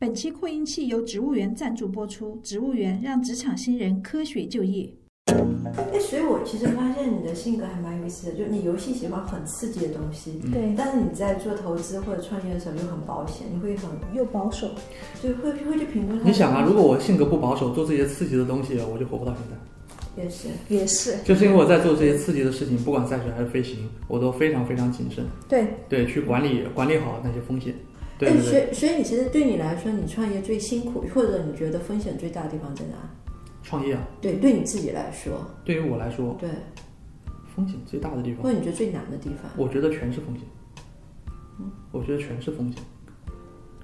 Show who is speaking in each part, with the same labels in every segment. Speaker 1: 本期扩音器由植物园赞助播出，植物园让职场新人科学就业。
Speaker 2: 哎，所以我其实发现你的性格还蛮有意思的，就你游戏喜欢很刺激的东西，
Speaker 3: 对，
Speaker 2: 但是你在做投资或者创业的时候又很保险，你会很
Speaker 3: 又保守，
Speaker 2: 就会会去评估它。
Speaker 4: 你想啊，如果我性格不保守，做这些刺激的东西，我就活不到现在。
Speaker 2: 也是，
Speaker 3: 也是
Speaker 4: 就是因为我在做这些刺激的事情，不管赛事还是飞行，我都非常非常谨慎，
Speaker 3: 对，
Speaker 4: 对，去管理管理好那些风险。对
Speaker 2: 哎，
Speaker 4: 对
Speaker 2: 所
Speaker 4: 对，
Speaker 2: 以所以你其实对你来说，你创业最辛苦，或者你觉得风险最大的地方在哪？
Speaker 4: 创业啊，
Speaker 2: 对，对你自己来说，
Speaker 4: 对于我来说，
Speaker 2: 对，
Speaker 4: 风险最大的地方
Speaker 2: 或，者你觉得最难的地方，
Speaker 4: 我觉得全是风险。我觉得全是风险，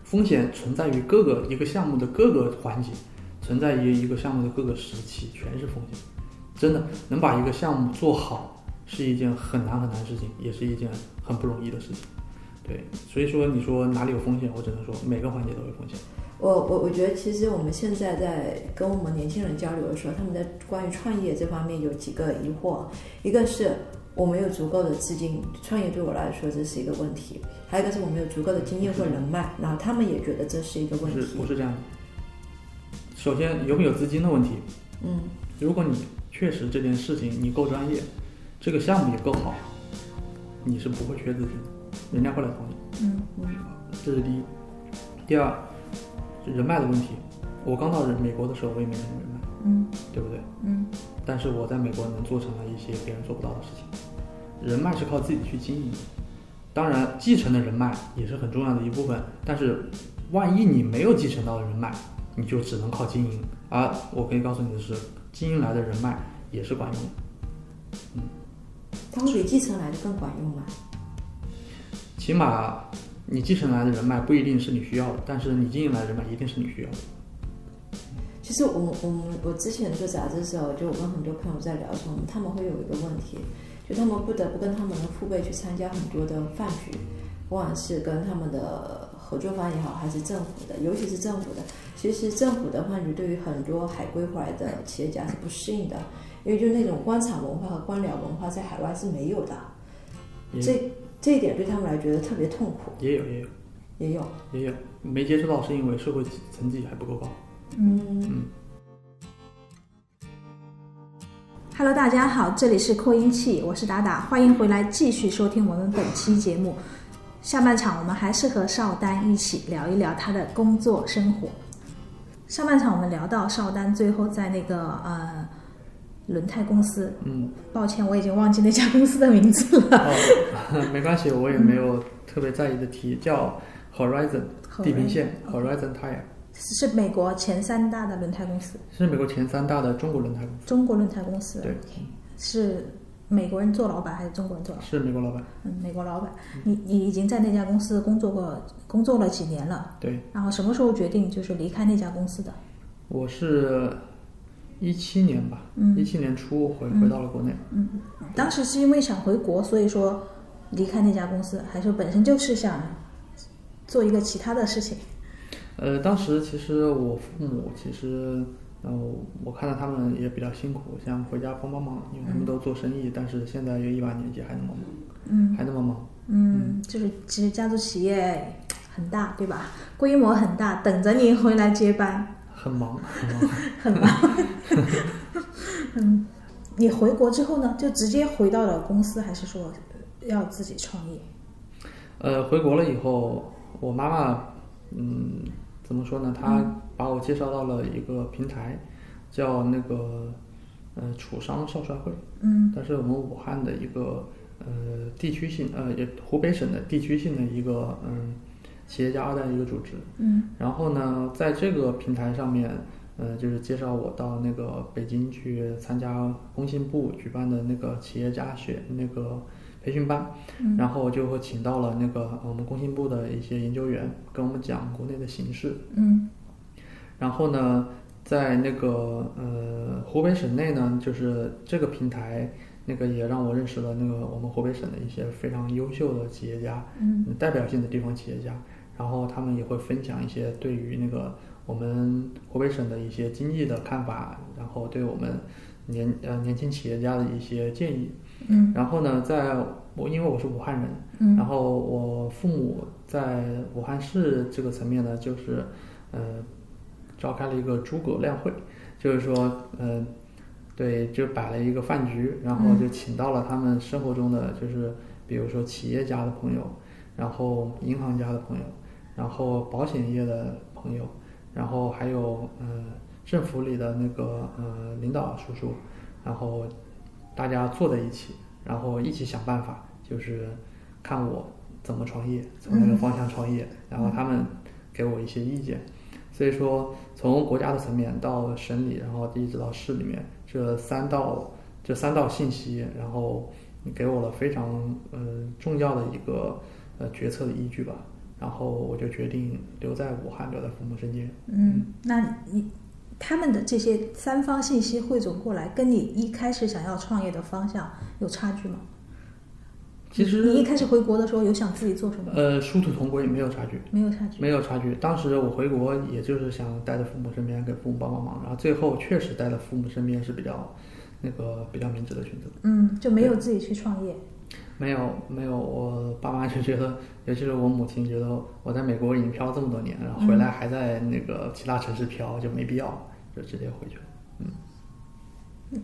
Speaker 4: 风险存在于各个一个项目的各个环节，存在于一个项目的各个时期，全是风险。真的能把一个项目做好，是一件很难很难的事情，也是一件很不容易的事情。对，所以说你说哪里有风险，我只能说每个环节都有风险。
Speaker 2: 我我我觉得，其实我们现在在跟我们年轻人交流的时候，他们在关于创业这方面有几个疑惑，一个是我没有足够的资金，创业对我来说这是一个问题；，还有一个是我没有足够的经验或人脉，然后他们也觉得这是一个
Speaker 4: 不
Speaker 2: 问
Speaker 4: 是
Speaker 2: 题
Speaker 4: 不。是这样的。首先有没有资金的问题，
Speaker 2: 嗯，
Speaker 4: 如果你确实这件事情你够专业，这个项目也够好，你是不会缺资金的，人家会来投你。
Speaker 3: 嗯
Speaker 2: 嗯，
Speaker 4: 这是第一。第二，人脉的问题。我刚到美国的时候，我也没什么人脉，
Speaker 3: 嗯
Speaker 4: 对不对？
Speaker 3: 嗯，
Speaker 4: 但是我在美国能做成了一些别人做不到的事情。人脉是靠自己去经营的，当然继承的人脉也是很重要的一部分。但是，万一你没有继承到的人脉，你就只能靠经营。而我可以告诉你的是，经营来的人脉也是管用的。
Speaker 2: 他会比继承来的更管用吗？
Speaker 4: 起码你继承来的人脉不一定是你需要的，但是你经营来的人脉一定是你需要的。
Speaker 2: 其实我们我们我之前做杂志的时候，就我跟很多朋友在聊什么，他们会有一个问题，就他们不得不跟他们的父辈去参加很多的饭局，不管是跟他们的合作方也好，还是政府的，尤其是政府的。其实政府的饭局对于很多海归回来的企业家是不适应的，因为就那种官场文化和官僚文化在海外是没有的，
Speaker 4: 也有
Speaker 2: 这这一点对他们来觉得特别痛苦。
Speaker 4: 也有也有
Speaker 2: 也有，
Speaker 4: 也有没接触到，是因为社会层级还不够高。
Speaker 2: 嗯，
Speaker 3: Hello，大家好，这里是扩音器，我是达达，啊欢迎回来继续收听我们本期节目。下半场我们还是和邵丹一起聊一聊他的工作生活。上半场我们聊到邵丹最后在那个呃轮胎公司，
Speaker 4: 嗯，
Speaker 3: 抱歉我已经忘记那家公司的名字了。
Speaker 4: 哦， 没关系，我也没有特别在意的题，叫 Horizon 地平线 Horizon Tire，
Speaker 3: 是美国前三大的轮胎公司，
Speaker 4: 是美国前三大的中国轮胎公司，
Speaker 3: 中国轮胎公司。
Speaker 4: 对，
Speaker 3: 是美国人做老板还是中国人做老板？
Speaker 4: 是美国老板。
Speaker 3: 嗯，美国老板。你你已经在那家公司工作过，工作了几年了？
Speaker 4: 对，
Speaker 3: 然后什么时候决定就是离开那家公司的？
Speaker 4: 我是一七年吧，一七、年初回回到了国内。
Speaker 3: 当时是因为想回国，所以说离开那家公司，还是本身就是想做一个其他的事情？嗯
Speaker 4: 呃，当时其实我父母其实，呃，我看到他们也比较辛苦，想回家帮帮忙，因为他们都做生意，但是现在也一把年纪还那么忙，
Speaker 3: 嗯
Speaker 4: 还那么忙。
Speaker 3: 嗯，就是其实家族企业很大，对吧？规模很大，等着你回来接班，
Speaker 4: 很忙，很忙。
Speaker 3: 很忙。嗯，你回国之后呢，就直接回到了公司，还是说要自己创业？
Speaker 4: 呃，回国了以后，我妈妈，嗯，怎么说呢？她
Speaker 3: 嗯
Speaker 4: 把我介绍到了一个平台，叫那个呃楚商少帅会，
Speaker 3: 嗯
Speaker 4: 它是我们武汉的一个呃地区性呃也湖北省的地区性的一个嗯企业家二代的一个组织。
Speaker 3: 嗯。
Speaker 4: 然后呢，在这个平台上面，呃，就是介绍我到那个北京去参加工信部举办的那个企业家学那个培训班，然后就会请到了那个呃我们工信部的一些研究员跟我们讲国内的形势，
Speaker 3: 嗯
Speaker 4: 然后呢，在那个呃湖北省内呢，就是这个平台，那个也让我认识了那个我们湖北省的一些非常优秀的企业家，
Speaker 3: 嗯，
Speaker 4: 代表性的地方企业家，然后他们也会分享一些对于那个我们湖北省的一些经济的看法，然后对我们年呃年轻企业家的一些建议。
Speaker 3: 嗯
Speaker 4: 然后呢，在我因为我是武汉人，
Speaker 3: 嗯
Speaker 4: 然后我父母在武汉市这个层面呢，就是呃，召开了一个诸葛亮会，就是说，呃，对，就摆了一个饭局，然后
Speaker 3: 嗯
Speaker 4: 就请到了他们生活中的，就是比如说企业家的朋友，然后银行家的朋友，然后保险业的朋友，然后还有呃政府里的那个呃领导叔叔，然后大家坐在一起，然后一起想办法，就是看我怎么创业，从哪个方向创业，然后他们给我一些意见。所以说，从国家的层面到省里，然后一直到市里面，这三道这三道信息，然后给我了非常呃重要的一个呃决策的依据吧。然后我就决定留在武汉，留在父母身边。
Speaker 3: 嗯，那你他们的这些三方信息汇总过来，跟你一开始想要创业的方向有差距吗？
Speaker 4: 其
Speaker 3: 你
Speaker 4: 实，
Speaker 3: 一开始回国的时候有想自己做什么？
Speaker 4: 呃，殊途同归，没有差距。
Speaker 3: 没有差距。
Speaker 4: 没有差距。当时我回国，也就是想待在父母身边，给父母帮帮忙。然后最后确实待在父母身边是比较，那个比较明智的选择。
Speaker 3: 嗯，就没有自己去创业。
Speaker 4: 没有没有，我爸妈就觉得，尤其是我母亲觉得我在美国已经漂这么多年，然后回
Speaker 3: 嗯
Speaker 4: 来还在那个其他城市漂，就没必要，就直接回去了。
Speaker 3: 嗯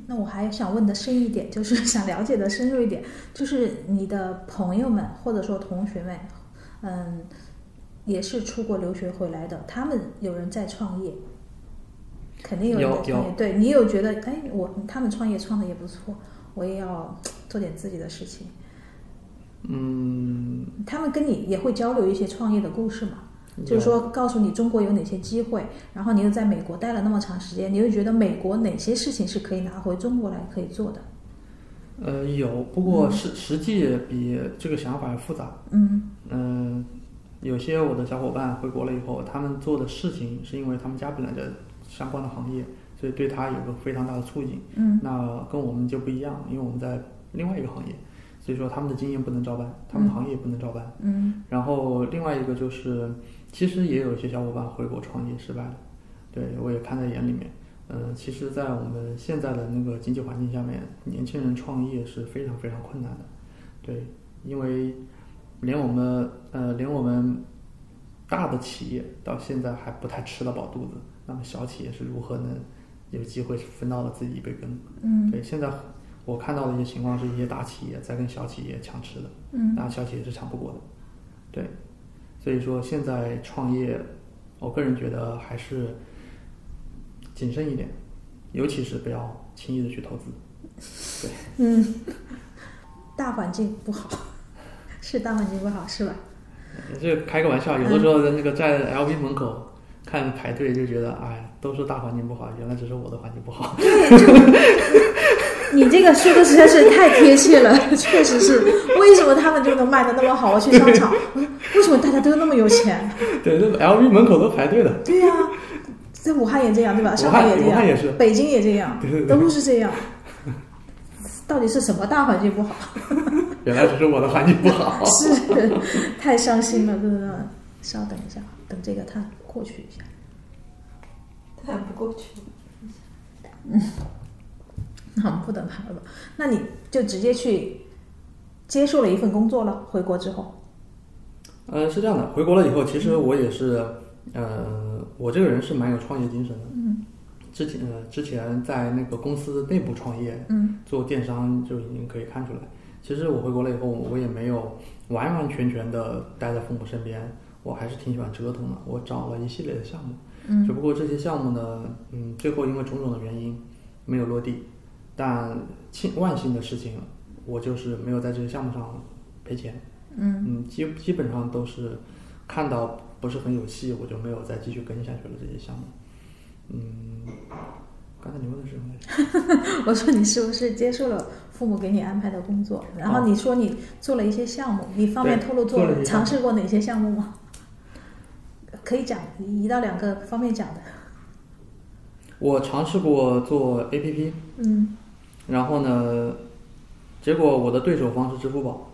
Speaker 3: 那我还想问的深一点，就是 想了解的深入一点，就是你的朋友们或者说同学们，嗯，也是出国留学回来的，他们有人在创业，肯定有人在
Speaker 4: 有
Speaker 3: 创业。对你有觉得，哎，我他们创业创的也不错，我也要做点自己的事情。
Speaker 4: 嗯，
Speaker 3: 他们跟你也会交流一些创业的故事嘛？就是
Speaker 4: 有
Speaker 3: 说，告诉你中国有哪些机会，然后你又在美国待了那么长时间，你又觉得美国哪些事情是可以拿回中国来可以做的？
Speaker 4: 呃有，不过实实际比这个想法要复杂。
Speaker 3: 嗯
Speaker 4: 嗯，有些我的小伙伴回国了以后，他们做的事情是因为他们家本来的相关的行业，所以对他有个非常大的促进。
Speaker 3: 嗯，
Speaker 4: 那跟我们就不一样，因为我们在另外一个行业，所以说他们的经验不能照搬，他们的行业也不能照搬。
Speaker 3: 嗯
Speaker 4: 然后另外一个就是，其实也有一些小伙伴回国创业失败了，对我也看在眼里面。嗯、其实，在我们现在的那个经济环境下面，年轻人创业是非常非常困难的，对，因为连我们呃连我们大的企业到现在还不太吃得饱肚子，那么小企业是如何能有机会分到了自己一杯羹？
Speaker 3: 嗯
Speaker 4: 对，现在我看到的一些情况是一些大企业在跟小企业抢吃的。
Speaker 3: 嗯
Speaker 4: 那小企业是抢不过的，对，所以说现在创业，我个人觉得还是谨慎一点，尤其是不要轻易的去投资。
Speaker 3: 嗯，大环境不好， 是大环境不好是吧？
Speaker 4: 这开个玩笑，有的时候那个在 LV 门口看排队就觉得，哎，都说大环境不好，原来只是我的环境不好。
Speaker 3: 你这个说的实在是太贴切了， 确实是。为什么他们就能卖的那么好？我去商场，嗯为什么大家都那么有钱？
Speaker 4: 对，那个 LV 门口都排队的。
Speaker 3: 对呀、在武汉也这样，对吧？
Speaker 4: 武汉
Speaker 3: 上海也这
Speaker 4: 武汉
Speaker 3: 样，
Speaker 4: 也是
Speaker 3: 北京也这样
Speaker 4: 对对，对
Speaker 3: 都是这样。 到底是什么大环境不好？
Speaker 4: 原来只是我的环境不好。
Speaker 3: 是太伤心了，真的。稍等一下，等这个它过去一下。
Speaker 2: 看不过去。
Speaker 3: 好，不等他了吧？那你就直接去接受了一份工作了，回国之后。
Speaker 4: 呃，是这样的，回国了以后，其实我也是，呃，我这个人是蛮有创业精神的。
Speaker 3: 嗯
Speaker 4: 之前呃，之前在那个公司内部创业，
Speaker 3: 嗯
Speaker 4: 做电商就已经可以看出来。其实我回国了以后，我也没有完完全全的待在父母身边，我还是挺喜欢折腾的。我找了一系列的项目，只
Speaker 3: 嗯
Speaker 4: 不过这些项目呢，嗯，最后因为种种的原因没有落地。但庆万幸的事情，我就是没有在这些项目上赔钱。
Speaker 3: 嗯
Speaker 4: 嗯，基基本上都是看到不是很有戏，我就没有再继续跟下去了这些项目。嗯，刚才你问的是什么来着？
Speaker 3: 我说你是不是接受了父母给你安排的工作？然后你说你做了一些项目，你方便
Speaker 4: 对
Speaker 3: 透露
Speaker 4: 做了一些项
Speaker 3: 尝
Speaker 4: 目
Speaker 3: 试过哪些项目吗？可以讲一到两个方面讲的。
Speaker 4: 我尝试过做 APP，
Speaker 3: 嗯，
Speaker 4: 然后呢，结果我的对手方是支付宝，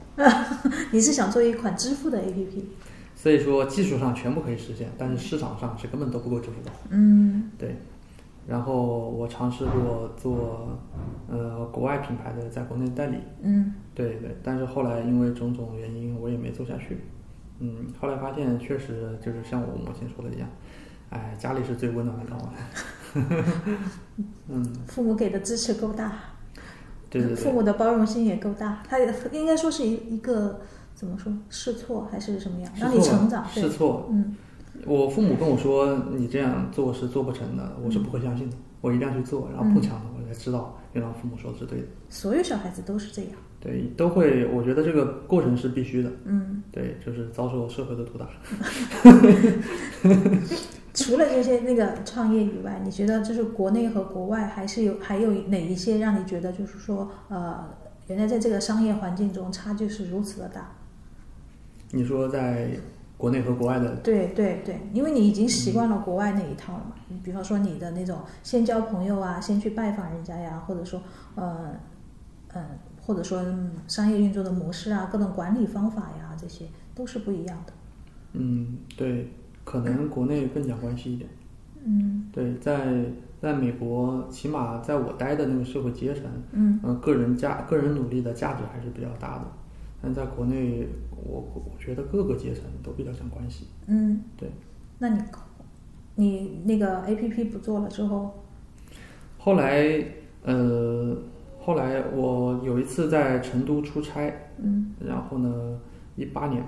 Speaker 3: 你是想做一款支付的 APP？
Speaker 4: 所以说技术上全部可以实现，但是市场上是根本都不够支付宝。
Speaker 3: 嗯
Speaker 4: 对，然后我尝试过做呃国外品牌的在国内代理，
Speaker 3: 嗯
Speaker 4: 对对，但是后来因为种种原因，我也没做下去。嗯，后来发现确实就是像我母亲说的一样，哎，家里是最温暖的港湾。嗯，
Speaker 3: 父母给的支持够大，
Speaker 4: 对对
Speaker 3: 父
Speaker 4: 对，
Speaker 3: 母的包容心也够大，他也应该说是一一个怎么说试错还是什么样，
Speaker 4: 试
Speaker 3: 让你
Speaker 4: 错
Speaker 3: 成长。对
Speaker 4: 试，错。
Speaker 3: 嗯，
Speaker 4: 我父母跟我说你这样做是做不成的，我是不会相信的，我一定要去做，然后
Speaker 3: 嗯
Speaker 4: 碰巧了我才知道，原来我父母说的是对的。
Speaker 3: 所有小孩子都是这样。
Speaker 4: 对，都会，我觉得这个过程是必须的。
Speaker 3: 嗯，
Speaker 4: 对，就是遭受社会的毒打。
Speaker 3: 除了这些那个创业以外，你觉得就是国内和国外还是有还有哪一些让你觉得就是说呃，原来在这个商业环境中差距是如此的大？
Speaker 4: 你说在国内和国外的，
Speaker 3: 对对对，因为你已经习惯了国外那一套了嘛。你比方说你的那种先交朋友啊，先去拜访人家呀，或者说呃呃，或者说、嗯商业运作的模式啊，各种管理方法呀，这些都是不一样的。
Speaker 4: 嗯，对，可能国内更讲关系一点。
Speaker 3: 嗯
Speaker 4: 对，在在美国，起码在我待的那个社会阶层，
Speaker 3: 嗯
Speaker 4: 呃，个人价个人努力的价值还是比较大的。但在国内，我我觉得各个阶层都比较讲关系。
Speaker 3: 嗯，
Speaker 4: 对。
Speaker 3: 那你你那个 A P P 不做了之后，
Speaker 4: 后来，呃，后来我有一次在成都出差，
Speaker 3: 嗯
Speaker 4: 然后呢，一八年，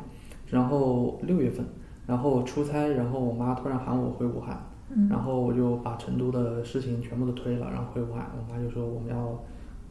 Speaker 4: 然后六月份，然后出差，然后我妈突然喊我回武汉，
Speaker 3: 嗯
Speaker 4: 然后我就把成都的事情全部都推了，然后回武汉，我妈就说我们要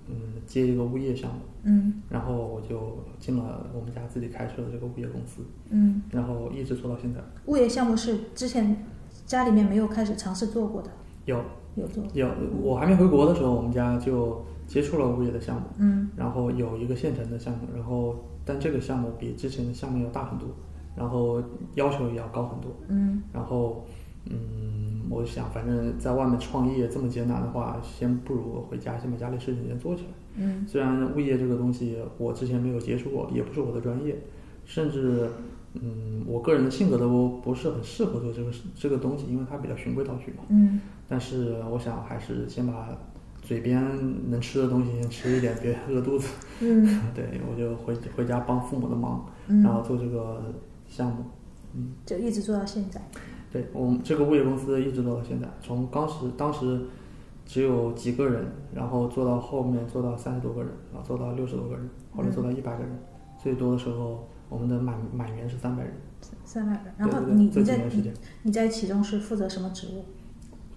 Speaker 4: 嗯接一个物业项目，
Speaker 3: 嗯
Speaker 4: 然后我就进了我们家自己开设的这个物业公司，
Speaker 3: 嗯，
Speaker 4: 然后一直做到现在。
Speaker 3: 物业项目是之前家里面没有开始尝试做过的，
Speaker 4: 有
Speaker 3: 有做。
Speaker 4: 有，我还没回国的时候，我们家就接触了物业的项目，
Speaker 3: 嗯
Speaker 4: 然后有一个现成的项目，然后但这个项目比之前的项目要大很多，然后要求也要高很多。
Speaker 3: 嗯
Speaker 4: 然后，嗯，我想，反正在外面创业这么艰难的话，先不如回家先把家里事情先做起来。
Speaker 3: 嗯
Speaker 4: 虽然物业这个东西我之前没有接触过，也不是我的专业，甚至，嗯，我个人的性格都不是很适合做这个事这个东西，因为它比较循规蹈矩嘛。
Speaker 3: 嗯
Speaker 4: 但是我想还是先把嘴边能吃的东西先吃一点，别饿肚子。
Speaker 3: 嗯
Speaker 4: 对，我就回回家帮父母的忙，
Speaker 3: 嗯，
Speaker 4: 然后做这个项目。
Speaker 3: 就一直做到现在。
Speaker 4: 对我们这个物业公司一直做到现在，从当时当时只有几个人，然后做到后面做到三十多个人，然后做到六十多个人，后来做
Speaker 3: 嗯
Speaker 4: 到一百个人，最多的时候我们的满满员是三百人。
Speaker 3: 三百个，然后
Speaker 4: 对对
Speaker 3: 你
Speaker 4: 对这
Speaker 3: 你在
Speaker 4: 几年时间，
Speaker 3: 你在其中是负责什么职务？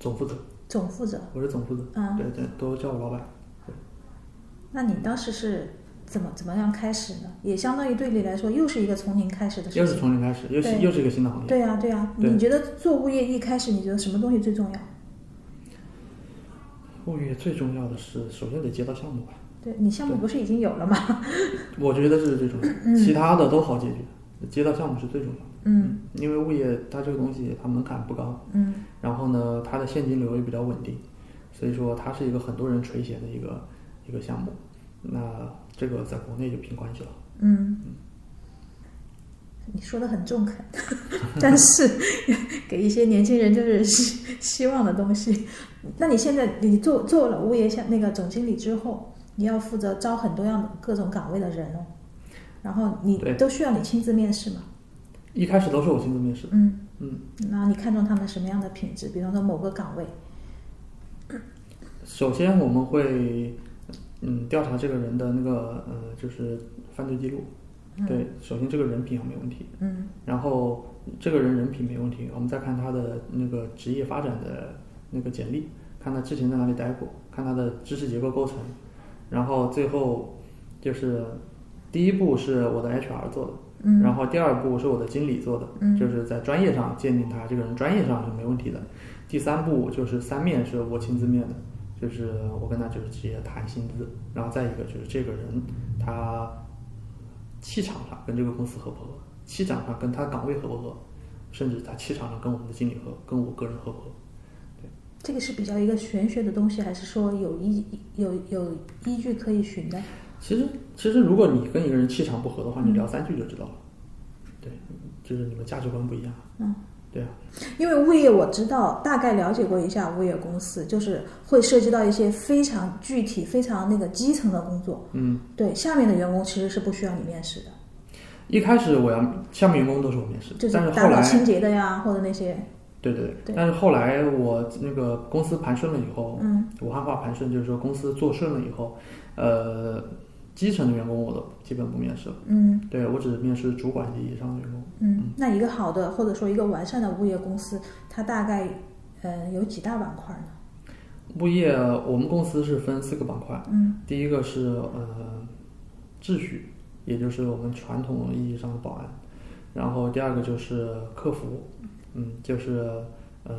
Speaker 4: 总负责，
Speaker 3: 总负责。
Speaker 4: 我是总负责，
Speaker 3: 嗯，
Speaker 4: 对对，都叫我老板。
Speaker 3: 那你当时是怎么怎么样开始呢？也相当于对你来说又是一个从零开始的
Speaker 4: 又是
Speaker 3: 事情。
Speaker 4: 从零开始，又是
Speaker 3: 对
Speaker 4: 又是一个新的行业。
Speaker 3: 对呀、对呀、啊
Speaker 4: 对
Speaker 3: 你觉得做物业一开始你觉得什么东西最重要？
Speaker 4: 物业最重要的是，首先得接到项目吧，
Speaker 3: 对你项目
Speaker 4: 对
Speaker 3: 不是已经有了吗？
Speaker 4: 我觉得这是最重要的，其他的都好解决，接到项目是最重要的。
Speaker 3: 嗯，
Speaker 4: 因为物业它这个东西它门槛不高，
Speaker 3: 嗯
Speaker 4: 然后呢，它的现金流也比较稳定，所以说它是一个很多人垂涎的一个一个项目。那这个在国内就凭关系了。
Speaker 3: 嗯，你说的很中肯， 但是 给一些年轻人就是希希望的东西。那你现在你做做了物业项那个总经理之后，你要负责招很多样的各种岗位的人哦，然后你
Speaker 4: 对
Speaker 3: 都需要你亲自面试嘛？
Speaker 4: 一开始都是我亲自面试的，
Speaker 3: 嗯
Speaker 4: 嗯，
Speaker 3: 然后你看中他们什么样的品质？比方说某个岗位，
Speaker 4: 首先我们会嗯调查这个人的那个呃就是犯罪记录，对，首先这个人品有没有问题，
Speaker 3: 嗯
Speaker 4: 然后这个人人品没问题，我们再看他的那个职业发展的那个简历，看他之前在哪里待过，看他的知识结构构成，然后最后就是第一步是我的 HR 做的，
Speaker 3: 嗯
Speaker 4: 然后第二步是我的经理做的，
Speaker 3: 嗯
Speaker 4: 就是在专业上鉴定他这个人专业上是没问题的，第三步就是三面是我亲自面的。就是我跟他就是直接谈薪资，然后再一个就是这个人他气场上跟这个公司合不合，气场上跟他岗位合不合，甚至他气场上跟我们的经理合，跟我个人合不合。
Speaker 3: 这个是比较一个玄学的东西，还是说有依有有依据可以寻的？
Speaker 4: 其实，其实如果你跟一个人气场不合的话，你
Speaker 3: 嗯
Speaker 4: 聊三句就知道了。对，就是你们价值观不一样。
Speaker 3: 嗯，
Speaker 4: 对啊，
Speaker 3: 因为物业我知道，大概了解过一下物业公司，就是会涉及到一些非常具体、非常那个基层的工作。
Speaker 4: 嗯，
Speaker 3: 对，下面的员工其实是不需要你面试的，
Speaker 4: 一开始我要下面员工都是我面试
Speaker 3: 就，
Speaker 4: 但是
Speaker 3: 是打
Speaker 4: 后
Speaker 3: 扫
Speaker 4: 来
Speaker 3: 清洁的呀，或者那些。
Speaker 4: 对对对。
Speaker 3: 对
Speaker 4: 但是后来我那个公司盘顺了以后，
Speaker 3: 嗯
Speaker 4: 武汉话盘顺就是说公司做顺了以后，呃，基层的员工我都基本不面试了，
Speaker 3: 嗯
Speaker 4: 对我只面试主管级以上的员工。
Speaker 3: 嗯。那一个好的或者说一个完善的物业公司，它大概呃有几大板块呢？
Speaker 4: 物业我们公司是分四个板块，
Speaker 3: 嗯
Speaker 4: 第一个是呃秩序，也就是我们传统意义上的保安，然后第二个就是客服，嗯，就是呃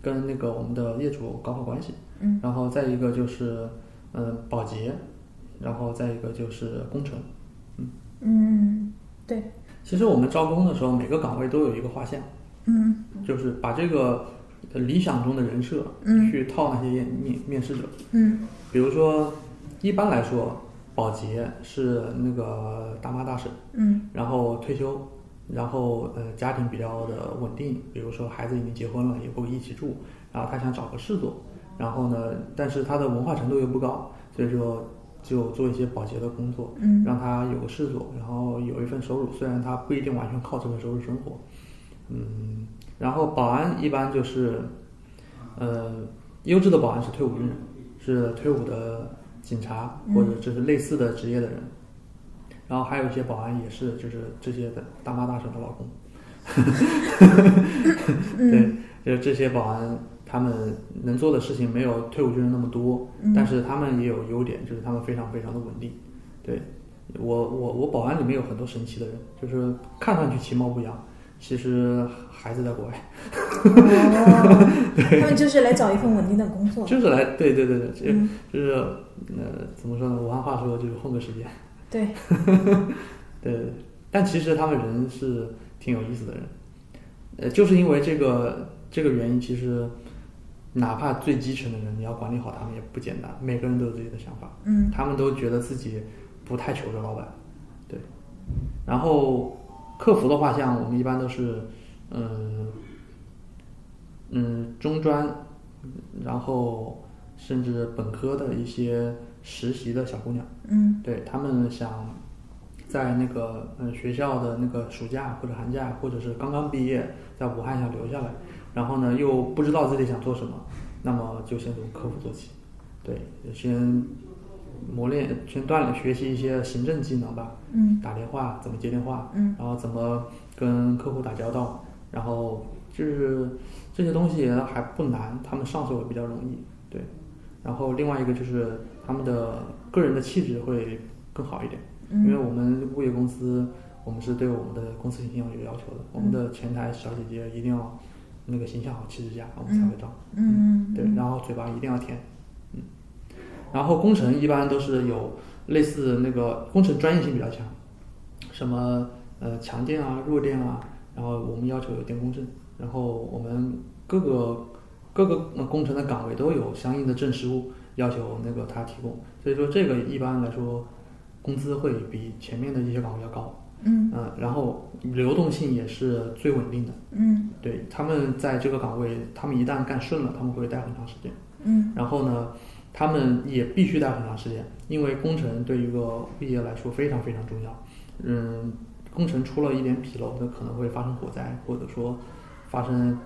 Speaker 4: 跟那个我们的业主搞好关系，
Speaker 3: 嗯，
Speaker 4: 然后再一个就是呃保洁，然后再一个就是工程。
Speaker 3: 嗯
Speaker 4: 其实我们招工的时候，每个岗位都有一个画像，
Speaker 3: 嗯
Speaker 4: 就是把这个呃理想中的人设
Speaker 3: 嗯
Speaker 4: 去套那些面面试者。
Speaker 3: 嗯
Speaker 4: 比如说，一般来说，保洁是那个大妈大婶，
Speaker 3: 嗯
Speaker 4: 然后退休，然后呃家庭比较的稳定，比如说孩子已经结婚了，也不一起住，然后他想找个事做，然后呢，但是他的文化程度又不高，所以说就做一些保洁的工作，
Speaker 3: 嗯
Speaker 4: 让他有个事做，然后有一份收入，虽然他不一定完全靠这份收入生活，嗯，然后保安一般就是，呃，优质的保安是退伍军人，是退伍的警察或者就是类似的职业的人，然后还有一些保安也是就是这些的大妈大婶的老公， 对，就是这些保安他们能做的事情没有退伍军人那么多，
Speaker 3: 嗯
Speaker 4: 但是他们也有优点，就是他们非常非常的稳定，对。我我我保安里面有很多神奇的人，就是看上去其貌不扬，其实还是在国外。
Speaker 3: 哦，他们就是来找一份稳定的工作。
Speaker 4: 就是来，对对对对，就、
Speaker 3: 嗯
Speaker 4: 就是呃，怎么说呢？武汉话说就是混个时间，
Speaker 3: 对，
Speaker 4: 对对对。但其实他们人是挺有意思的人，呃，就是因为这个这个原因，其实哪怕最基层的人，你要管理好他们也不简单。每个人都有自己的想法，
Speaker 3: 嗯
Speaker 4: 他们都觉得自己不太求着老板，对。然后客服的话，像我们一般都是，嗯、嗯，中专，然后甚至本科的一些实习的小姑娘，
Speaker 3: 嗯
Speaker 4: 对她们想在那个嗯学校的那个暑假或者寒假，或者是刚刚毕业在武汉想留下来，然后呢又不知道自己想做什么，那么就先从客服做起，对，先磨练，先锻炼学习一些行政技能吧，
Speaker 3: 嗯
Speaker 4: 打电话怎么接电话，
Speaker 3: 嗯
Speaker 4: 然后怎么跟客户打交道，然后就是这些东西还不难，他们上手也比较容易，对。然后另外一个就是他们的个人的气质会更好一点，
Speaker 3: 嗯
Speaker 4: 因为我们物业公司，我们是对我们的公司形象有要求的，我们的前台小姐姐一定要那个形象好、气质佳，我们才会招。
Speaker 3: 嗯
Speaker 4: 对，然后嘴巴一定要甜，嗯，然后工程一般都是有类似那个工程专业性比较强，什么呃强电啊、弱电啊，然后我们要求有电工证，然后我们各个各个呃工程的岗位都有相应的证书要求那个他提供，所以说这个一般来说工资会比前面的一些岗位要高，
Speaker 3: 嗯
Speaker 4: 嗯、然后流动性也是最稳定的，
Speaker 3: 嗯
Speaker 4: 对他们在这个岗位，他们一旦干顺了，他们会待很长时间。
Speaker 3: 嗯
Speaker 4: 然后呢，他们也必须待很长时间，因为工程对于一个毕业来说非常非常重要。嗯，工程出了一点纰漏，那可能会发生火灾，或者说发生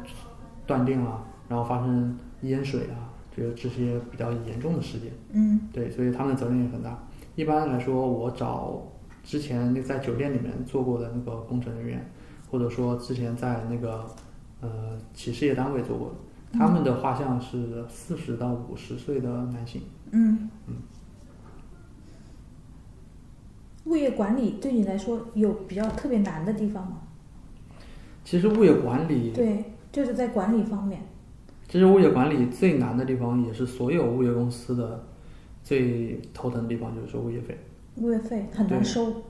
Speaker 4: 断电啊，然后发生淹水啊，这这些比较严重的事件。
Speaker 3: 嗯
Speaker 4: 对，所以他们的责任也很大。一般来说，我找之前那在酒店里面做过的那个工程人员，或者说之前在那个呃企事业单位做过的，他们的画像是四十到五十岁的男性。
Speaker 3: 嗯。物业管理对你来说有比较特别难的地方吗？
Speaker 4: 其实物业管理，
Speaker 3: 对，就是在管理方面。
Speaker 4: 其实物业管理最难的地方，也是所有物业公司的最头疼的地方，就是说物业费。
Speaker 3: 物业费很难
Speaker 4: 对
Speaker 3: 收，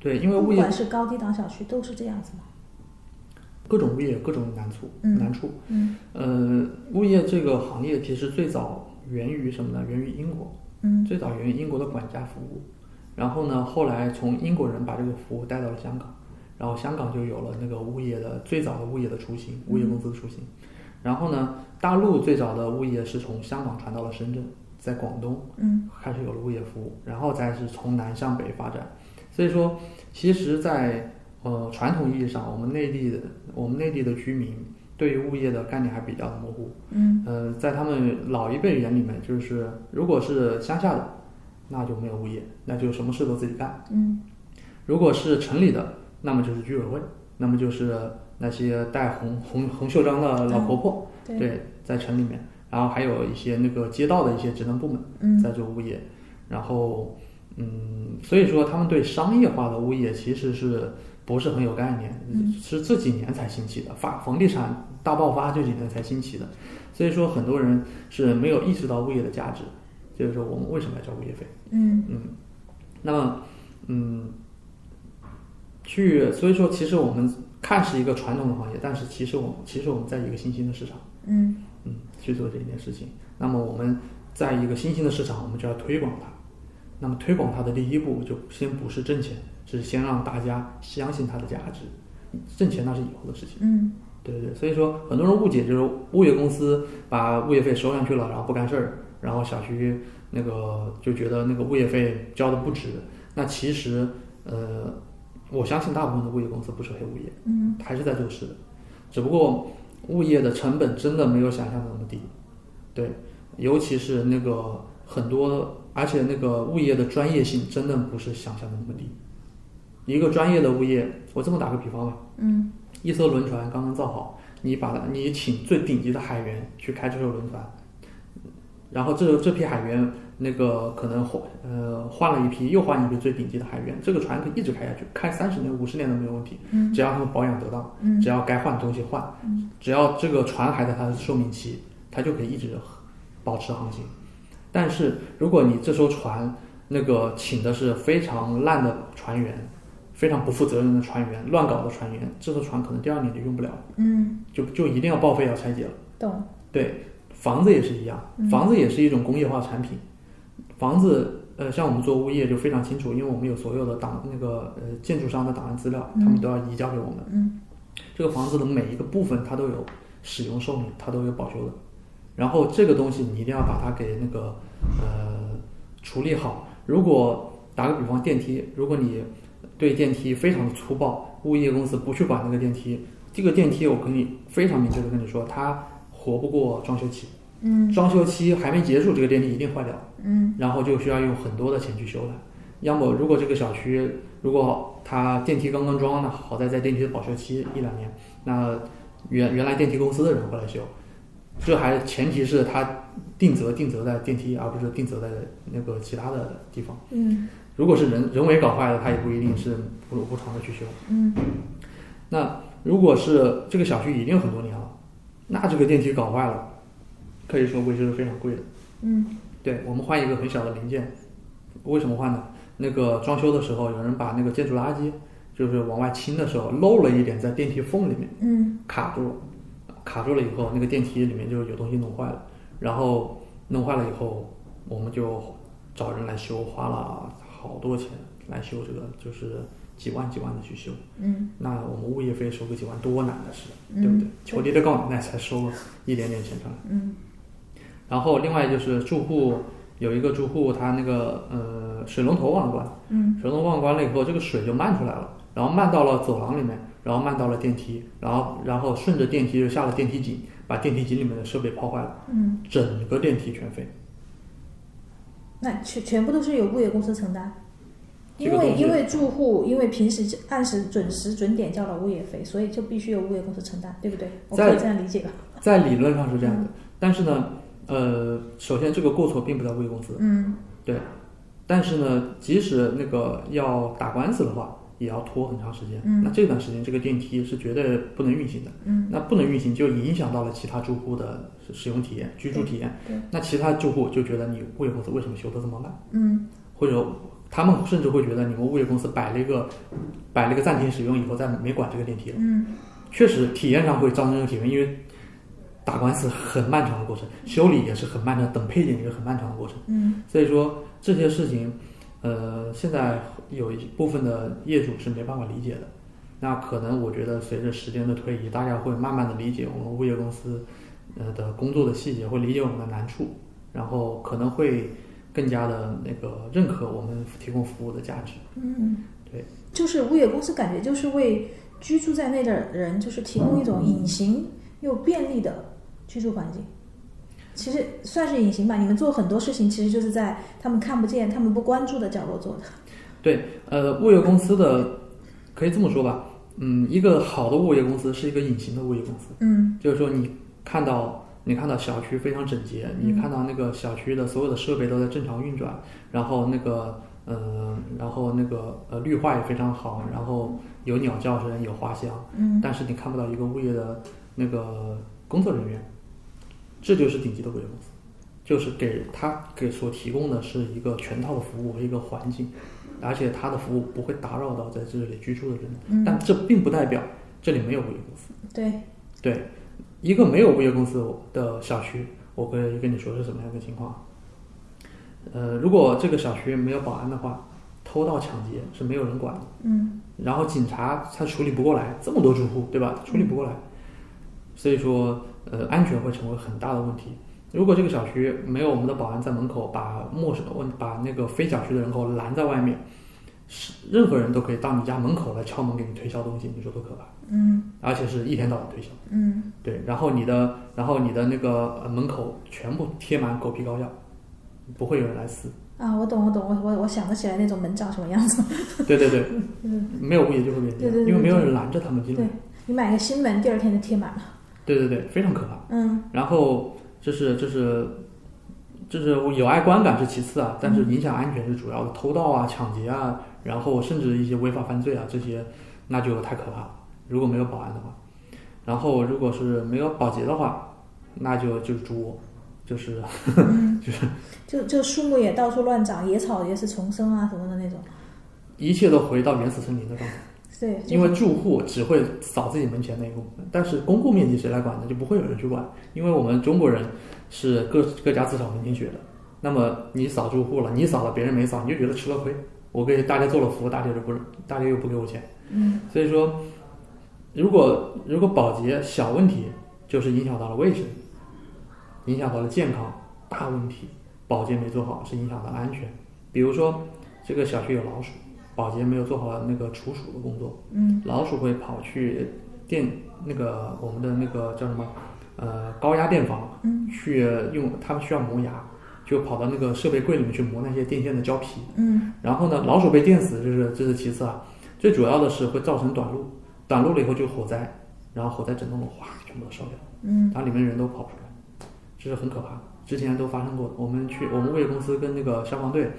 Speaker 4: 对，因为
Speaker 3: 不
Speaker 4: 物业
Speaker 3: 管是高低档小区都是这样子嘛。
Speaker 4: 各种物业有各种难处，
Speaker 3: 嗯
Speaker 4: 难处。
Speaker 3: 嗯
Speaker 4: 呃，物业这个行业其实最早源于什么呢？源于英国，
Speaker 3: 嗯
Speaker 4: 最早源于英国的管家服务。然后呢，后来从英国人把这个服务带到了香港，然后香港就有了那个物业的最早的物业的雏形，物业公司的雏形。然后呢，大陆最早的物业是从香港传到了深圳，在广东
Speaker 3: 嗯
Speaker 4: 开始有了物业服务，然后再是从南向北发展。所以说，其实在，呃传统意义上，我们内地的我们内地的居民对于物业的概念还比较模糊。
Speaker 3: 嗯
Speaker 4: 呃，在他们老一辈眼里面，就是如果是乡下的，那就没有物业，那就什么事都自己干；
Speaker 3: 嗯
Speaker 4: 如果是城里的，那么就是居委会，那么就是那些带红红红袖章的老婆婆，
Speaker 3: 对
Speaker 4: 对，在城里面，然后还有一些那个街道的一些职能部门。
Speaker 3: 嗯
Speaker 4: 在做物业，然后嗯，所以说他们对商业化的物业其实是不是很有概念，是这几年才兴起的，房房地产大爆发这几年才兴起的，所以说很多人是没有意识到物业的价值，就是说我们为什么要交物业费？
Speaker 3: 嗯
Speaker 4: 嗯，那么嗯，去所以说其实我们看是一个传统的行业，但是其实我们其实我们在一个新兴的市场。
Speaker 3: 嗯
Speaker 4: 嗯，去做这一件事情。那么我们在一个新兴的市场，我们就要推广它。那么推广它的第一步，就先不是挣钱，是先让大家相信它的价值。挣钱那是以后的事情，
Speaker 3: 嗯
Speaker 4: 对对对。所以说，很多人误解就是物业公司把物业费收上去了，然后不干事儿，然后小区那个就觉得那个物业费交的不值。那其实，呃，我相信大部分的物业公司不是黑物业，
Speaker 3: 嗯
Speaker 4: 还是在做事的，只不过物业的成本真的没有想象的那么低，对，尤其是那个很多，而且那个物业的专业性真的不是想象的那么低。一个专业的物业，我这么打个比方吧，
Speaker 3: 嗯
Speaker 4: 一艘轮船刚刚造好，你把它，你请最顶级的海员去开这艘轮船，然后这这批海员那个可能换呃换了一批，又换一批最顶级的海员，这个船可以一直开下去，开三十年、五十年都没有问题，
Speaker 3: 嗯
Speaker 4: 只要他们保养得当，
Speaker 3: 嗯
Speaker 4: 只要该换东西换，只要这个船还在它的寿命期，它就可以一直保持航行。但是如果你这艘船那个请的是非常烂的船员，非常不负责任的船员，乱搞的船员，这艘船可能第二年就用不了，
Speaker 3: 嗯，
Speaker 4: 就就一定要报废要拆解了。
Speaker 3: 懂。
Speaker 4: 对，房子也是一样，房子也是一种工业化产品。房子，呃，像我们做物业就非常清楚，因为我们有所有的档那个呃建筑商的档案资料，他们都要移交给我们。
Speaker 3: 嗯
Speaker 4: 这个房子的每一个部分它都有使用寿命，它都有保修的。然后这个东西你一定要把它给那个呃处理好。如果打个比方，电梯，如果你对电梯非常的粗暴，物业公司不去管那个电梯，这个电梯我跟你非常明确的跟你说，它活不过装修期。
Speaker 3: 嗯
Speaker 4: 装修期还没结束，这个电梯一定坏掉。
Speaker 3: 嗯
Speaker 4: 然后就需要用很多的钱去修它。要么如果这个小区如果它电梯刚刚装呢，好在在电梯的保修期一两年，那原原来电梯公司的人会来修，这还前提是它定责定责在电梯，而不是定责在那个其他的地方。
Speaker 3: 嗯
Speaker 4: 如果是人人为搞坏了，它也不一定是无无偿的去修。
Speaker 3: 嗯
Speaker 4: 那如果是这个小区已经有很多年了，那这个电梯搞坏了，可以说维修是非常贵的。
Speaker 3: 嗯
Speaker 4: 对，我们换一个很小的零件，为什么换呢？那个装修的时候，有人把那个建筑垃圾，就是往外清的时候漏了一点，在电梯缝里面
Speaker 3: 嗯
Speaker 4: 卡住了，卡住了以后，那个电梯里面就有东西弄坏了，然后弄坏了以后，我们就找人来修，花了好多钱来修这个，就是几万几万的去修。
Speaker 3: 嗯
Speaker 4: 那我们物业费收个几万，多难的事，对不对？求爹的告奶奶才收了一点点钱上来。
Speaker 3: 嗯
Speaker 4: 然后另外就是住户有一个住户他那个呃水龙头忘了关，
Speaker 3: 嗯
Speaker 4: 水龙头忘了关了以后，这个水就漫出来了，然后漫到了走廊里面，然后漫到了电梯，然后然后顺着电梯就下了电梯井，把电梯井里面的设备泡坏了，
Speaker 3: 嗯，
Speaker 4: 整个电梯全废。
Speaker 3: 那全全部都是由物业公司承担。
Speaker 4: 这
Speaker 3: 因
Speaker 4: 个
Speaker 3: 为
Speaker 4: 东西
Speaker 3: 因为住户因为平时按时准时准点交了物业费，所以就必须由物业公司承担，对不对？我可以
Speaker 4: 在
Speaker 3: 这样理解吧？
Speaker 4: 在理论上是这样
Speaker 3: 嗯
Speaker 4: 的，但是呢，呃，首先这个过错并不在物业公司，
Speaker 3: 嗯
Speaker 4: 对，但是呢，即使那个要打官司的话，也要拖很长时间。
Speaker 3: 嗯
Speaker 4: 那这段时间这个电梯是绝对不能运行的。
Speaker 3: 嗯，
Speaker 4: 那不能运行就影响到了其他住户的使使用体验、居住体验
Speaker 3: 嗯对对。
Speaker 4: 那其他住户就觉得你物业公司为什么修的这么慢？
Speaker 3: 嗯
Speaker 4: 或者他们甚至会觉得你们物业公司摆了一个摆了一个暂停使用以后再没管这个电梯了。
Speaker 3: 嗯
Speaker 4: 确实体验上会造成这种体验，因为打官司很漫长的过程，修理也是很漫长，等配件也是很漫长的过程。
Speaker 3: 嗯
Speaker 4: 所以说这些事情，呃，现在有一部分的业主是没办法理解的。那可能我觉得随着时间的推移，大家会慢慢的理解我们物业公司呃的工作的细节，会理解我们的难处，然后可能会更加的那个认可我们提供服务的价值。
Speaker 3: 嗯，
Speaker 4: 对，
Speaker 3: 就是物业公司感觉就是为居住在内的人就是提供一种隐形又便利的居住环境。其实算是隐形吧，你们做很多事情其实就是在他们看不见、他们不关注的角落做的。
Speaker 4: 对，呃，物业公司的可以这么说吧，嗯，一个好的物业公司是一个隐形的物业公司，
Speaker 3: 嗯
Speaker 4: 就是说你看到你看到小区非常整洁，
Speaker 3: 嗯
Speaker 4: 你看到那个小区的所有的设备都在正常运转，然后那个呃，然后那个呃绿化也非常好，然后有鸟叫声，有花香，
Speaker 3: 嗯
Speaker 4: 但是你看不到一个物业的那个工作人员，这就是顶级的物业公司，就是给他给所提供的是一个全套的服务和一个环境，而且他的服务不会打扰到在这里居住的人，但
Speaker 3: 嗯，
Speaker 4: 这并不代表这里没有物业公司。
Speaker 3: 对，
Speaker 4: 对，一个没有物业公司的小区，我可以跟你说是什么样的情况。呃，如果这个小区没有保安的话，偷盗抢劫是没有人管的。
Speaker 3: 嗯
Speaker 4: 然后警察他处理不过来，这么多住户，对吧？处理不过来，所以说呃，安全会成为很大的问题。如果这个小区没有我们的保安在门口把陌生问把那个非小区的人口拦在外面，是任何人都可以到你家门口来敲门给你推销东西，你说多可怕？
Speaker 3: 嗯
Speaker 4: 而且是一天到晚推销。
Speaker 3: 嗯
Speaker 4: 对，然后你的，然后你的那个呃门口全部贴满狗皮膏药，不会有人来撕。
Speaker 3: 啊，我懂我懂，我我我想得起来那种门长什么样子。
Speaker 4: 对对对，
Speaker 3: 嗯，
Speaker 4: 没有物业就会变这
Speaker 3: 对
Speaker 4: 样，
Speaker 3: 对对
Speaker 4: 因为没有
Speaker 3: 对
Speaker 4: 人拦着他们进来
Speaker 3: 对。你买个新门，第二天就贴满了。
Speaker 4: 对对对，非常可怕。
Speaker 3: 嗯
Speaker 4: 然后这是这是这是有碍观感是其次啊，但是
Speaker 3: 嗯
Speaker 4: 影响安全是主要的，偷盗啊、抢劫啊，然后甚至一些违法犯罪啊这些，那就太可怕了。如果没有保安的话，然后如果是没有保洁的话，那就就是猪窝，就是
Speaker 3: 嗯，就就树木也到处乱长，野草也是丛生啊什么的那种。
Speaker 4: 一切都回到原始森林的状态，
Speaker 3: 对，
Speaker 4: 因为住户只会扫自己门前那一部分，但是公共面积谁来管呢？就不会有人去管，因为我们中国人是各各家自扫门前雪的。那么你扫住户了，你扫了别人没扫，你就觉得吃了亏。我给大家做了服务，大家就不大家又不给我钱，
Speaker 3: 嗯
Speaker 4: 所以说，如果如果保洁小问题，就是影响到了卫生，影响到了健康，大问题保洁没做好是影响到安全。比如说这个小区有老鼠，保洁没有做好那个除鼠的工作，
Speaker 3: 嗯
Speaker 4: 老鼠会跑去电那个我们的那个叫什么呃高压电房
Speaker 3: 嗯
Speaker 4: 去用，它们需要磨牙，就跑到那个设备柜里面去磨那些电线的胶皮。
Speaker 3: 嗯
Speaker 4: 然后呢，老鼠被电死，就是这是其次啊，最主要的是会造成短路，短路了以后就火灾，然后火灾整栋楼哗全部都烧掉，
Speaker 3: 嗯
Speaker 4: 然后里面人都跑不出来，这是很可怕的，之前都发生过的。我们去我们物业公司跟那个消防队，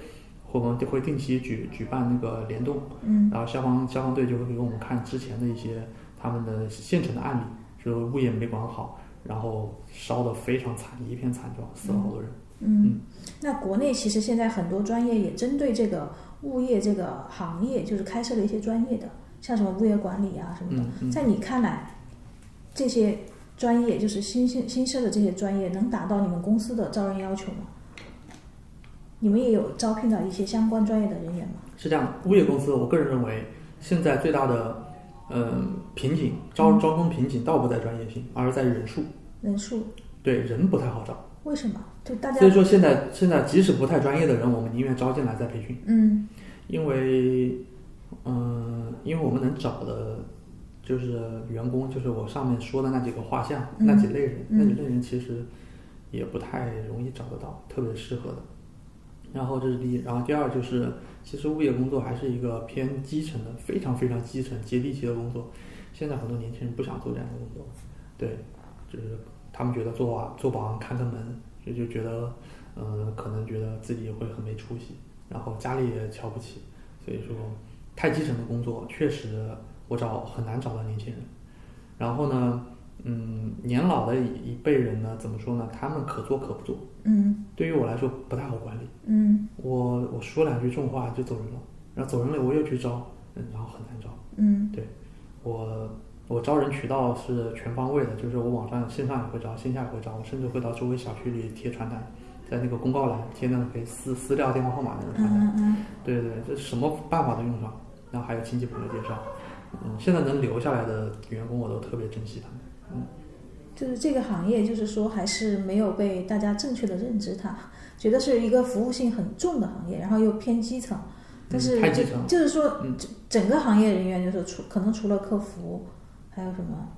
Speaker 4: 我们就会定期举举办那个联动，
Speaker 3: 嗯
Speaker 4: 然后消防消防队就会给我们看之前的一些他们的现成的案例，就是物业没管好，然后烧得非常惨，一片惨状，死了好多人。
Speaker 3: 嗯。那国内其实现在很多专业也针对这个物业这个行业，就是开设了一些专业的，像什么物业管理啊什么的。
Speaker 4: 嗯嗯。
Speaker 3: 在你看来，这些专业就是新新新设的这些专业，能达到你们公司的招人要求吗？你们也有招聘到一些相关专业的人员吗？
Speaker 4: 是这样的，物业公司，我个人认为现在最大的嗯、瓶颈，
Speaker 3: 嗯
Speaker 4: 招招工瓶颈倒不在专业性，而是在人数。
Speaker 3: 人数
Speaker 4: 对人不太好招，
Speaker 3: 为什么？就大
Speaker 4: 所以
Speaker 3: 家
Speaker 4: 说现在现在即使不太专业的人，我们宁愿招进来再培训，
Speaker 3: 嗯
Speaker 4: 因为嗯、因为我们能找的就是员工，就是我上面说的那几个画像，
Speaker 3: 嗯
Speaker 4: 那几类人，
Speaker 3: 嗯
Speaker 4: 那几类人其实也不太容易找得到特别适合的。然后这是第一，然后第二就是，其实物业工作还是一个偏基层的，非常非常基层、接地气的工作。现在很多年轻人不想做这样的工作，对，就是他们觉得做啊做保安看个门，就就觉得，嗯、可能觉得自己会很没出息，然后家里也瞧不起，所以说太基层的工作确实我找很难找到年轻人。然后呢，嗯，年老的一辈人呢，怎么说呢？他们可做可不做，
Speaker 3: 嗯
Speaker 4: 对于我来说不太好管理。
Speaker 3: 嗯
Speaker 4: 我我说两句重话就走人了，然后走人了我又去招，嗯，然后很难招。
Speaker 3: 嗯
Speaker 4: 我我招人渠道是全方位的，就是我网上线上也会招，线下也会招，我甚至会到周围小区里贴传单，在那个公告栏贴那种可以撕撕掉电话号码的那种传单。
Speaker 3: 嗯嗯
Speaker 4: 对对，对，这什么办法都用上，然后还有亲戚朋友介绍，嗯，现在能留下来的员工我都特别珍惜他们。
Speaker 3: 嗯，就是这个行业，就是说还是没有被大家正确的认知它，觉得是一个服务性很重的行业，然后又偏基层。但是
Speaker 4: 嗯、太
Speaker 3: 就
Speaker 4: 基层了，
Speaker 3: 就是说
Speaker 4: 嗯，
Speaker 3: 整整个行业人员就是除可能除了客服，还有什么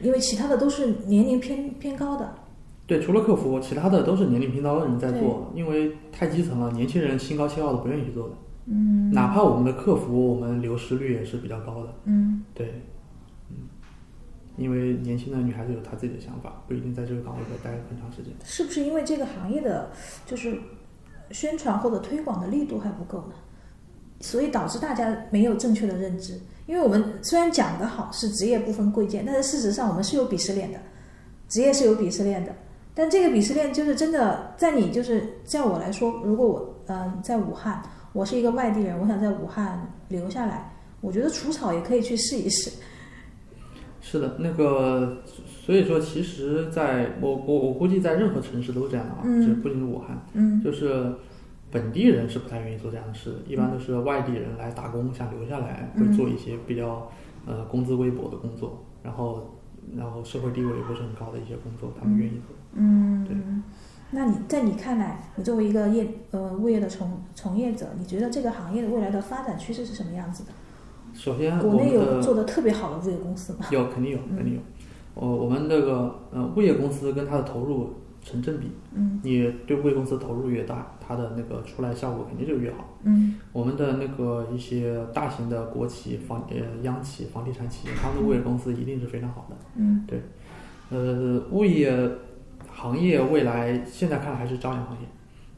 Speaker 3: 因为其他的都是年龄偏偏高的。
Speaker 4: 对，除了客服，其他的都是年龄偏高的人在做，因为太基层了，年轻人心高气傲的不愿意去做的。嗯，哪怕我们的客服，我们流失率也是比较高的。
Speaker 3: 嗯，
Speaker 4: 对，嗯，因为年轻的女孩子有她自己的想法，不一定在这个岗位里待很长时间。
Speaker 3: 是不是因为这个行业的就是宣传或者推广的力度还不够呢？所以导致大家没有正确的认知。因为我们虽然讲的好是职业不分贵贱，但是事实上我们是有鄙视链的，职业是有鄙视链的。但这个鄙视链就是真的，在你就是在我来说，如果我嗯、呃、在武汉，我是一个外地人，我想在武汉留下来，我觉得除草也可以去试一试。
Speaker 4: 是的，那个，所以说，其实在我我我估计在任何城市都是这样的啊，
Speaker 3: 嗯
Speaker 4: 就不仅是武汉，
Speaker 3: 嗯
Speaker 4: 就是本地人是不太愿意做这样的事，一般都是外地人来打工想留下来，
Speaker 3: 嗯
Speaker 4: 会做一些比较呃工资微薄的工作，然后然后社会地位也不是很高的一些工作，他们愿意做。对
Speaker 3: 嗯，那你在你看来，你作为一个业呃物业的从从业者，你觉得这个行业的未来的发展趋势是什么样子的？
Speaker 4: 首先，
Speaker 3: 嗯国
Speaker 4: 我
Speaker 3: 内
Speaker 4: 们
Speaker 3: 有
Speaker 4: 的
Speaker 3: 做的特别好的物业公司吗？嗯
Speaker 4: 有肯定有肯定有，我、我们这个呃物业公司跟它的投入成正比，
Speaker 3: 嗯
Speaker 4: 你对物业公司投入越大，它的那个出来效果肯定就越好。
Speaker 3: 嗯
Speaker 4: 我们的那个一些大型的国企、房呃央企、房地产企业，他们的物业公司一定是非常好的。
Speaker 3: 嗯
Speaker 4: 呃，物业行业未来现在看还是朝阳行业，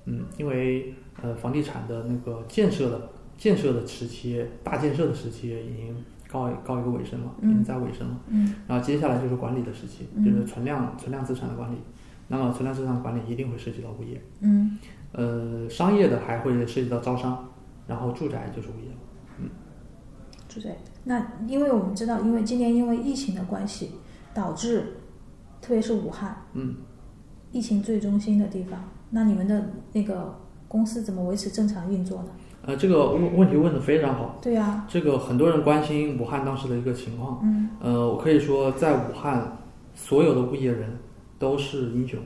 Speaker 4: 嗯，因为呃房地产的那个建设的建设的时期，大建设的时期已经告告一个尾声了，已经在尾声了。
Speaker 3: 嗯
Speaker 4: 然后接下来就是管理的时期，就是存量存量资产的管理。那么存量资产管理一定会涉及到物业，
Speaker 3: 嗯
Speaker 4: 呃，商业的还会涉及到招商，然后住宅就是物业。
Speaker 3: 之类的。那因为我们知道，因为今年因为疫情的关系，导致特别是武汉
Speaker 4: 嗯，
Speaker 3: 疫情最中心的地方，那你们的那个公司怎么维持正常运作呢？
Speaker 4: 呃，这个问问题问的非常好。
Speaker 3: 对呀、啊，
Speaker 4: 这个很多人关心武汉当时的一个情况。
Speaker 3: 嗯
Speaker 4: 呃，我可以说，在武汉，所有的物业人都是英雄，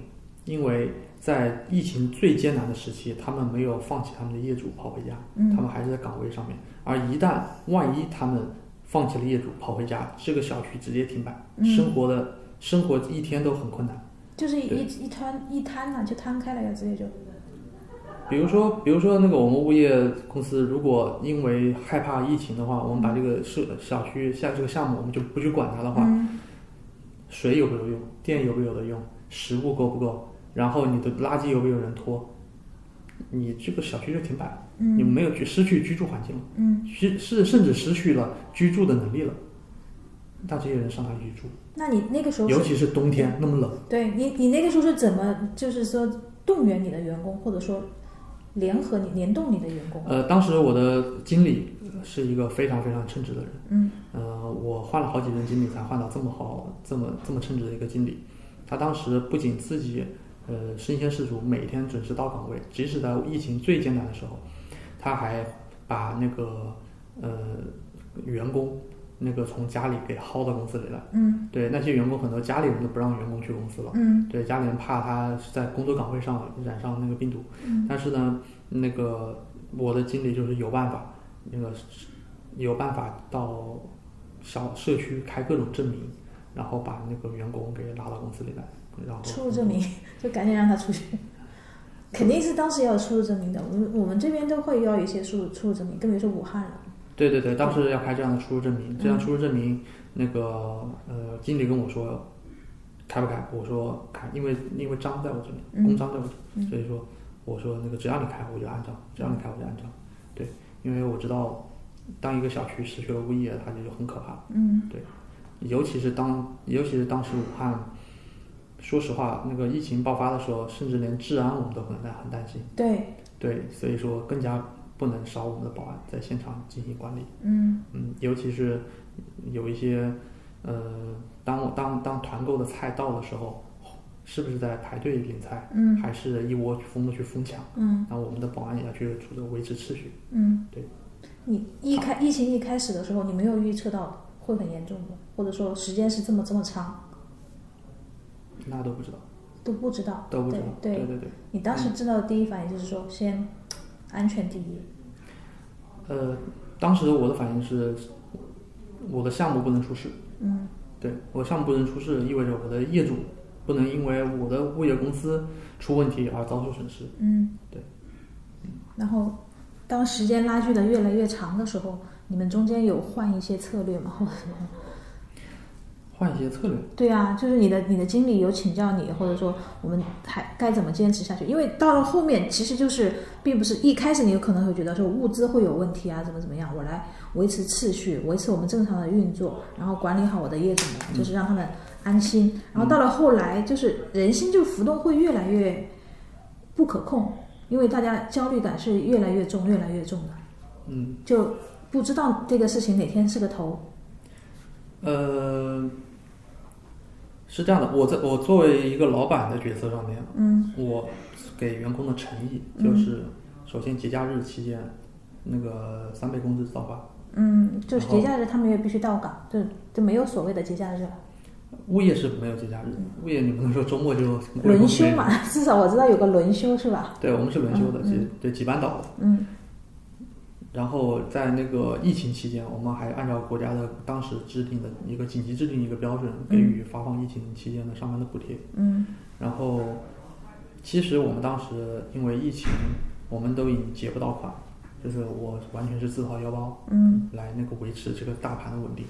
Speaker 4: 因为在疫情最艰难的时期，他们没有放弃他们的业主跑回家，
Speaker 3: 嗯
Speaker 4: 他们还是在岗位上面。而一旦万一他们放弃了业主跑回家，这个小区直接停摆，
Speaker 3: 嗯
Speaker 4: 生活的生活一天都很困难。
Speaker 3: 就是一
Speaker 4: 对
Speaker 3: 一摊一摊呐、就摊开了呀，直接就
Speaker 4: 比如说，比如说那个我们物业公司，如果因为害怕疫情的话，我们把这个社小区下这个项目，我们就不去管它的话，
Speaker 3: 嗯
Speaker 4: 水有没有用，电有没有的用，食物够不够，然后你的垃圾有没有人拖，你这个小区就停摆了，你
Speaker 3: 嗯
Speaker 4: 没有去失去居住环境了，
Speaker 3: 嗯，
Speaker 4: 失是甚至失去了居住的能力了。那这些人上哪里去住？
Speaker 3: 那你那个时候
Speaker 4: 尤
Speaker 3: 是
Speaker 4: 其是冬天那么冷，
Speaker 3: 对你你那个时候是怎么就是说动员你的员工，或者说联合你联动你的员工？
Speaker 4: 呃，当时我的经理是一个非常非常称职的人。
Speaker 3: 嗯
Speaker 4: 呃，我换了好几任经理才换到这么好、这么这么称职的一个经理。他当时不仅自己呃身先士卒，每天准时到岗位，即使在疫情最艰难的时候，他还把那个呃员工那个从家里给薅到公司里来。
Speaker 3: 嗯
Speaker 4: 对那些员工，很多家里人都不让员工去公司了。
Speaker 3: 嗯
Speaker 4: 对，家里人怕他在工作岗位上染上那个病毒，
Speaker 3: 嗯
Speaker 4: 但是呢，那个我的经理就是有办法，那个是有办法到小社区开各种证明，然后把那个员工给拉到公司里来，然后
Speaker 3: 出入证明就赶紧让他出去，肯定是当时要有出入证明的。我们我们这边都会要有一些出入出入证明，更别说武汉了。
Speaker 4: 对对对，当时要开这样的出入证
Speaker 3: 嗯
Speaker 4: 明，这样出入证明，那个呃，经理跟我说开不开，我说开，因为因为章在我这里，
Speaker 3: 嗯
Speaker 4: 公章在我这
Speaker 3: 嗯
Speaker 4: 里，所以说我说那个只要你开我就按照，只要你开我就按照，对，因为我知道当一个小区失去了物业，它就很可怕，
Speaker 3: 嗯
Speaker 4: 尤其是当尤其是当时武汉，说实话，那个疫情爆发的时候，甚至连治安我们都很担很担心，
Speaker 3: 对，
Speaker 4: 对，所以说更加不能少我们的保安在现场进行管理。
Speaker 3: 嗯
Speaker 4: 嗯，尤其是有一些，呃，当我当当团购的菜到的时候，是不是在排队领菜，
Speaker 3: 嗯
Speaker 4: 还是一窝蜂的去疯抢？
Speaker 3: 嗯
Speaker 4: 那我们的保安也要去主动维持秩序。
Speaker 3: 嗯，
Speaker 4: 对。
Speaker 3: 你一开疫情一开始的时候，你没有预测到会很严重的，或者说时间是这么这么长，
Speaker 4: 那都不知道，
Speaker 3: 都不知道。
Speaker 4: 都不知道。
Speaker 3: 哦对
Speaker 4: 对对对。
Speaker 3: 你当时知道的第一反应就是说，先安全第一。
Speaker 4: 呃，当时我的反应是，我的项目不能出事。
Speaker 3: 嗯
Speaker 4: 对我项目不能出事，意味着我的业主不能因为我的物业公司出问题而遭受损失。
Speaker 3: 嗯，
Speaker 4: 对。
Speaker 3: 然后，当时间拉锯的越来越长的时候，你们中间有换一些策略吗？或者什么？
Speaker 4: 换一些策略，
Speaker 3: 对啊，就是你的你的经理有请教你，或者说我们还该怎么坚持下去？因为到了后面，其实就是并不是一开始你有可能会觉得说物资会有问题啊，怎么怎么样，我来维持秩序，维持我们正常的运作，然后管理好我的业主们，就是让他们安心。然后到了后来，就是人心这个浮动会越来越不可控，因为大家焦虑感是越来越重，越来越重的，
Speaker 4: 嗯，
Speaker 3: 就不知道这个事情哪天是个头。
Speaker 4: 呃，是这样的，我在我作为一个老板的角色上面，
Speaker 3: 嗯
Speaker 4: 我给员工的诚意就是，首先节假日期间，那个三倍工资照发。
Speaker 3: 嗯，就是
Speaker 4: 然后
Speaker 3: 节假日他们也必须到岗，就就没有所谓的节假日了。
Speaker 4: 物业是没有节假日，物业你不能说周末就
Speaker 3: 轮休。嘛，至少我知道有个轮休是吧？
Speaker 4: 对，我们是轮休的，几、对几班倒的。
Speaker 3: 嗯
Speaker 4: 然后在那个疫情期间，我们还按照国家的当时制定的一个紧急制定一个标准，给予发放疫情期间的上班的补贴。
Speaker 3: 嗯
Speaker 4: 然后，其实我们当时因为疫情，我们都已经结不到款，就是我完全是自掏腰包
Speaker 3: 嗯
Speaker 4: 来那个维持这个大盘的稳定。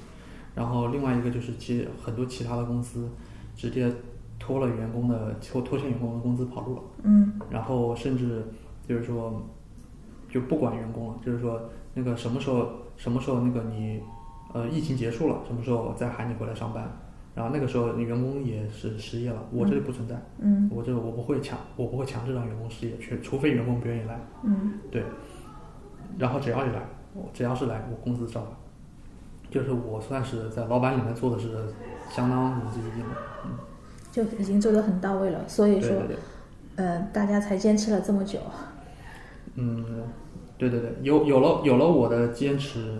Speaker 4: 然后另外一个就是接很多其他的公司直接拖了员工的拖拖欠员工的工资跑路了，
Speaker 3: 嗯
Speaker 4: 然后甚至就是说就不管员工了，就是说那个什么时候什么时候那个你呃疫情结束了，什么时候我再喊你回来上班。然后那个时候你员工也是失业了，我这里不存在，
Speaker 3: 嗯
Speaker 4: 我这我不会强，我不会强制让员工失业，除除非员工不愿意来，
Speaker 3: 嗯
Speaker 4: 对。然后只要你来，我只要是来，我工资照发。就是我算是在老板里面做的是相当仁至义尽的，嗯，
Speaker 3: 就已经做得很到位了，所以
Speaker 4: 对
Speaker 3: 说
Speaker 4: 对对，
Speaker 3: 呃，大家才坚持了这么久。
Speaker 4: 嗯，对对对，有有了有了我的坚持，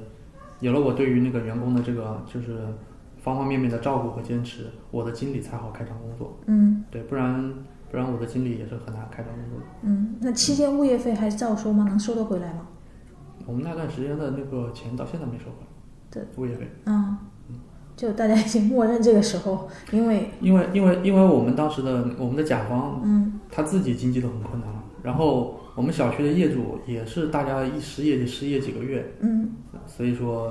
Speaker 4: 有了我对于那个员工的这个就是方方面面的照顾和坚持，我的经理才好开展工作，
Speaker 3: 嗯
Speaker 4: 对，不然不然我的经理也是很难开展工作的。
Speaker 3: 嗯，那期间物业费还是照收吗？能收得回来吗？
Speaker 4: 我们那段时间的那个钱到现在没收回来，
Speaker 3: 对，
Speaker 4: 物业费。
Speaker 3: 嗯，就大家已经默认这个时候，因为
Speaker 4: 因为因为因为我们当时的我们的甲方
Speaker 3: 嗯
Speaker 4: 他自己经济都很困难了，然后我们小区的业主也是大家一失业就失业几个月，
Speaker 3: 嗯
Speaker 4: 所以说，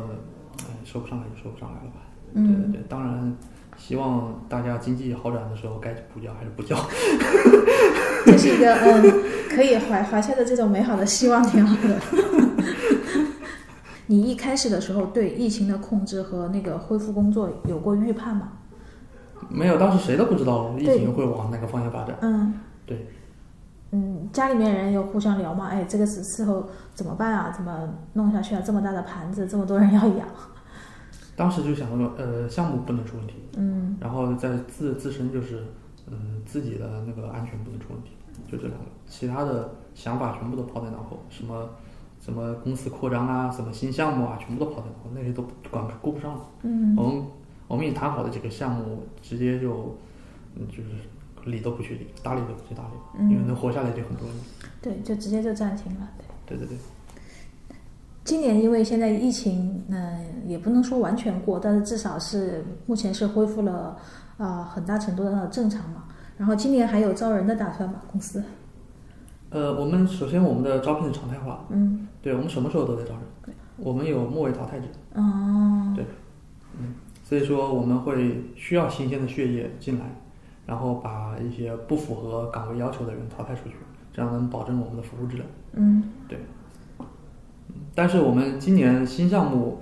Speaker 4: 哎，说不上来就说不上来了吧。对对
Speaker 3: 嗯，
Speaker 4: 对，当然希望大家经济好转的时候该补交还是补交。
Speaker 3: 这是一个嗯可以怀怀揣着这种美好的希望，挺好的。 你一开始的时候对疫情的控制和那个恢复工作有过预判吗？
Speaker 4: 没有，当时谁都不知道疫
Speaker 3: 对
Speaker 4: 情会往哪个方向发展。
Speaker 3: 嗯，
Speaker 4: 对，
Speaker 3: 嗯，家里面人有互相聊吗？哎，这个是事后怎么办啊？怎么弄下去啊？这么大的盘子，这么多人要养，
Speaker 4: 当时就想到了，呃，项目不能出问题，
Speaker 3: 嗯
Speaker 4: 然后在自自身就是，嗯、自己的那个安全不能出问题，就这两个，其他的想法全部都抛在脑后，什么什么公司扩张啊，什么新项目啊，全部都抛在脑后，那些都管不顾不上了。
Speaker 3: 嗯
Speaker 4: 我们我们已经谈好的几个项目，直接就，嗯，就是理都不去理，搭理都不去搭理，因为
Speaker 3: 嗯，
Speaker 4: 能活下来就很不容易。
Speaker 3: 对，就直接就暂停了。对，
Speaker 4: 对对对，
Speaker 3: 今年因为现在疫情，嗯、也不能说完全过，但是至少是目前是恢复了啊、呃很大程度上的正常嘛。然后今年还有招人的打算吗？公司，
Speaker 4: 呃，我们首先我们的招聘是常态化，
Speaker 3: 嗯，
Speaker 4: 对我们什么时候都在招人，我们有末位淘汰制，
Speaker 3: 哦，
Speaker 4: 所以说我们会需要新鲜的血液进来，然后把一些不符合岗位要求的人淘汰出去，这样能保证我们的服务质量。
Speaker 3: 嗯
Speaker 4: 但是我们今年新项目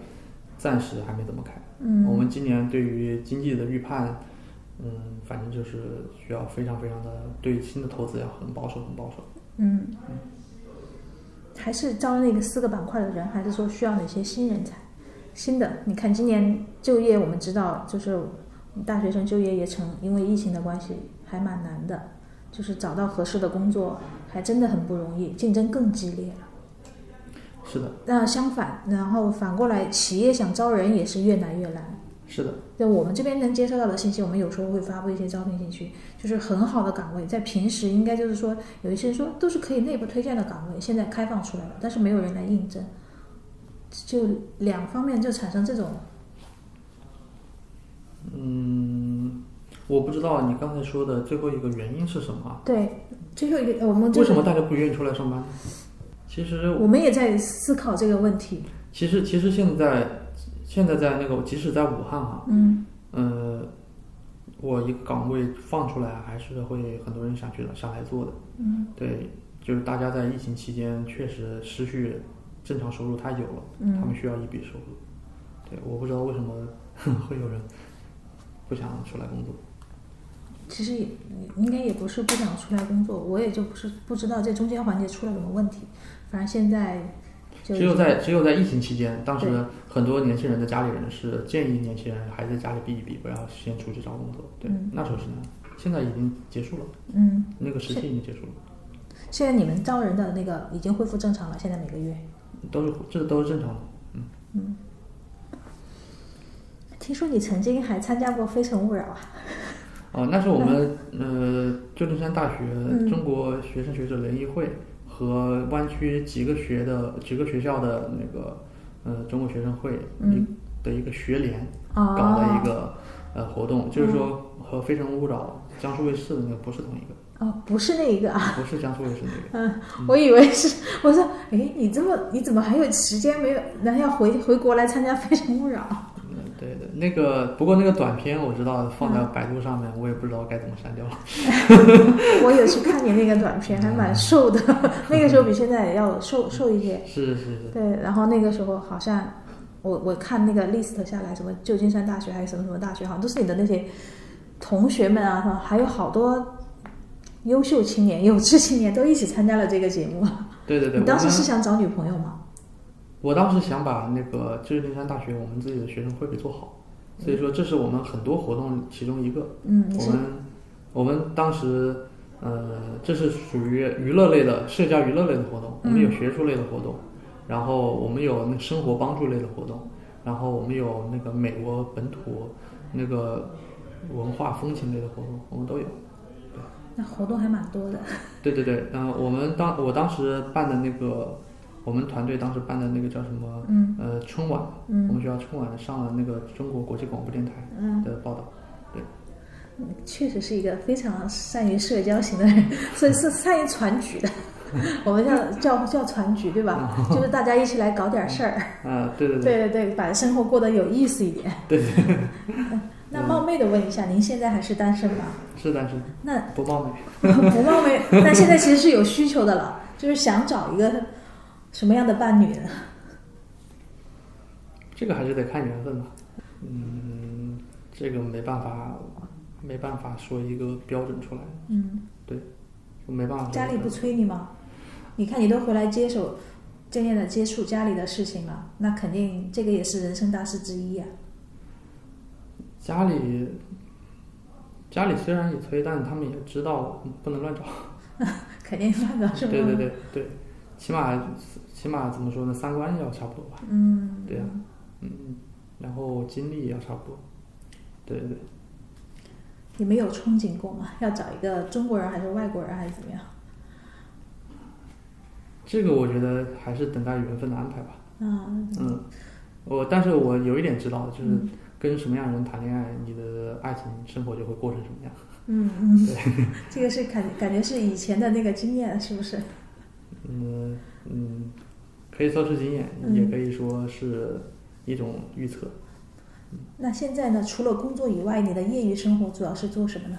Speaker 4: 暂时还没怎么开。
Speaker 3: 嗯，
Speaker 4: 我们今年对于经济的预判，嗯，反正就是需要非常非常的对新的投资要很保守，很保守。
Speaker 3: 嗯，还是招那个四个板块的人，还是说需要哪些新人才？新的，你看今年就业，我们知道就是大学生就业也成，因为疫情的关系还蛮难的，就是找到合适的工作还真的很不容易，竞争更激烈了。
Speaker 4: 是的，
Speaker 3: 那相反，然后反过来，企业想招人也是越来越难。
Speaker 4: 是的，
Speaker 3: 对我们这边能接收到的信息，我们有时候会发布一些招聘信息，就是很好的岗位，在平时应该就是说，有一些人说都是可以内部推荐的岗位，现在开放出来了，但是没有人来应征，就两方面就产生这种
Speaker 4: 嗯，我不知道你刚才说的最后一个原因是什么啊？
Speaker 3: 对，最后一个我们哦就
Speaker 4: 为什么大家不愿意出来上班呢？其实
Speaker 3: 我们也在思考这个问题。
Speaker 4: 其实其实现在现在在那个，即使在武汉啊，
Speaker 3: 嗯
Speaker 4: 呃，我一个岗位放出来，还是会很多人想去想来做的。
Speaker 3: 嗯
Speaker 4: 对，就是大家在疫情期间确实失去正常收入太久了，他
Speaker 3: 嗯
Speaker 4: 们需要一笔收入。对，我不知道为什么 会有人不想出来工作。
Speaker 3: 其实也应该也不是不想出来工作，我也就不是不知道这中间环节出了什么问题。反正现在就
Speaker 4: 只有在只有在疫情期间，当时很多年轻人的家里人是建议年轻人还在家里避一避，不要先出去找工作。对，
Speaker 3: 嗯
Speaker 4: 那时候是那样，现在已经结束了，
Speaker 3: 嗯，
Speaker 4: 那个时期已经结束了，
Speaker 3: 现在你们招人的那个已经恢复正常了，现在每个月。
Speaker 4: 都是这都是正常的。
Speaker 3: 听说你曾经还参加过《非诚勿扰》啊？
Speaker 4: 哦，那是我们呃旧金山大学
Speaker 3: 嗯
Speaker 4: 中国学生学者联谊会和湾区几个学的几个学校的那个呃中国学生会
Speaker 3: 嗯
Speaker 4: 的一个学联
Speaker 3: 哦，嗯
Speaker 4: 搞的一个、呃活动，就是说和《非诚勿扰》江苏卫视的那个不是同一个，
Speaker 3: 哦，不是那一个啊，
Speaker 4: 不是江苏卫视那个。
Speaker 3: 嗯，我以为是， 我说，哎，你这么你怎么还有时间没有？难道要回回国来参加《非诚勿扰》？
Speaker 4: 嗯，对的，那个不过那个短片我知道放
Speaker 3: 嗯
Speaker 4: 在百度上面，我也不知道该怎么删掉了。
Speaker 3: 我有去看你那个短片，还蛮瘦的， 那个时候比现在要瘦瘦一些。
Speaker 4: 是是是，
Speaker 3: 对，然后那个时候好像我我看那个 list 下来，什么旧金山大学还是什么什么大学，好像都是你的那些同学们啊，还有好多优秀青年、有志青年都一起参加了这个节目。
Speaker 4: 对对对，
Speaker 3: 你当时
Speaker 4: 我们
Speaker 3: 是想找女朋友吗？
Speaker 4: 我当时想把那个旧金山大学我们自己的学生会给做好，所以说这是我们很多活动其中一个。
Speaker 3: 嗯，你
Speaker 4: 我
Speaker 3: 是
Speaker 4: 们我们当时呃，这是属于娱乐类的社交娱乐类的活动，我们有学术类的活动，然后我们有那生活帮助类的活动，然后我们有那个美国本土那个文化风情类的活动，我们都有。
Speaker 3: 那活动还蛮多的。
Speaker 4: 对对对，嗯、我们当我当时办的那个，我们团队当时办的那个叫什么？
Speaker 3: 嗯
Speaker 4: 呃，春晚，我
Speaker 3: 嗯
Speaker 4: 们学校春晚上了那个中国国际广播电台
Speaker 3: 嗯，
Speaker 4: 的报道。
Speaker 3: 确实是一个非常善于社交型的人， 所以是善于传局的。 我们叫叫叫传局对吧？ 就是大家一起来搞点事儿。
Speaker 4: 啊、对 对对，
Speaker 3: 对对对，把生活过得有意思一点。
Speaker 4: 对
Speaker 3: 对。那冒昧的问一下，您现在还是单身吗？
Speaker 4: 是单身，
Speaker 3: 那
Speaker 4: 不冒昧。
Speaker 3: 不冒昧，那现在其实是有需求的了，就是想找一个什么样的伴侣呢？
Speaker 4: 这个还是得看缘分吧。嗯，这个没办法，没办法说一个标准出来，
Speaker 3: 嗯，
Speaker 4: 没办法说。
Speaker 3: 家里不催你吗？你看你都回来接手，渐渐的接触家里的事情了，那肯定这个也是人生大事之一呀、啊
Speaker 4: 家里，家里虽然也催，但他们也知道不能乱找。
Speaker 3: 肯定乱搞什么？
Speaker 4: 对对对对，起码起码怎么说呢，三观要差不多吧。
Speaker 3: 嗯，
Speaker 4: 对呀、嗯，然后经历也要差不多。对对对，
Speaker 3: 你们有憧憬过吗？要找一个中国人还是外国人还是怎么样？
Speaker 4: 这个我觉得还是等待缘分的安排吧。
Speaker 3: 嗯，
Speaker 4: 嗯，我但是我有一点知道，就是
Speaker 3: 嗯
Speaker 4: 跟什么样的人谈恋爱，你的爱情生活就会过成什么样。
Speaker 3: 嗯，嗯， 这个是感感觉是以前的那个经验，是不是？
Speaker 4: 嗯嗯，可以说是经验，
Speaker 3: 嗯
Speaker 4: 也可以说是一种预测。
Speaker 3: 那现在呢？除了工作以外，你的业余生活主要是做什么呢？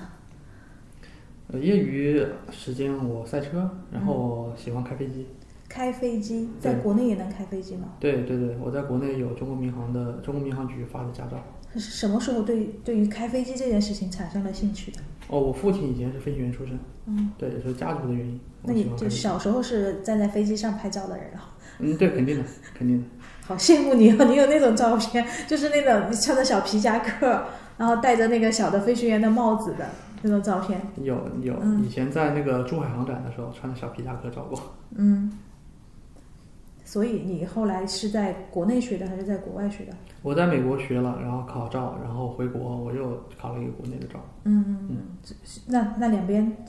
Speaker 4: 呃，业余时间我赛车，然
Speaker 3: 嗯
Speaker 4: 后喜欢开飞机。
Speaker 3: 开飞机，在
Speaker 4: 对
Speaker 3: 国内也能开飞机吗？
Speaker 4: 对对对，我在国内有中国民航的中国民航局发的驾照。
Speaker 3: 是什么时候对对于开飞机这件事情产生了兴趣的？
Speaker 4: 哦，我父亲以前是飞行员出身，
Speaker 3: 嗯，
Speaker 4: 对，也是家族的原因。
Speaker 3: 那
Speaker 4: 我喜
Speaker 3: 你
Speaker 4: 欢
Speaker 3: 就
Speaker 4: 开飞机。
Speaker 3: 小时候是站在飞机上拍照的人了。
Speaker 4: 嗯，对，肯定的，肯定的。
Speaker 3: 好羡慕你啊！你有那种照片，就是那种你穿着小皮夹克，然后戴着那个小的飞行员的帽子的那种照片。
Speaker 4: 有有，
Speaker 3: 嗯
Speaker 4: 以前在那个珠海航展的时候，穿着小皮夹克照过。
Speaker 3: 嗯，所以你后来是在国内学的还是在国外学的？
Speaker 4: 我在美国学了，然后考照，然后回国我又考了一个国内的照。
Speaker 3: 嗯，嗯，这那那两边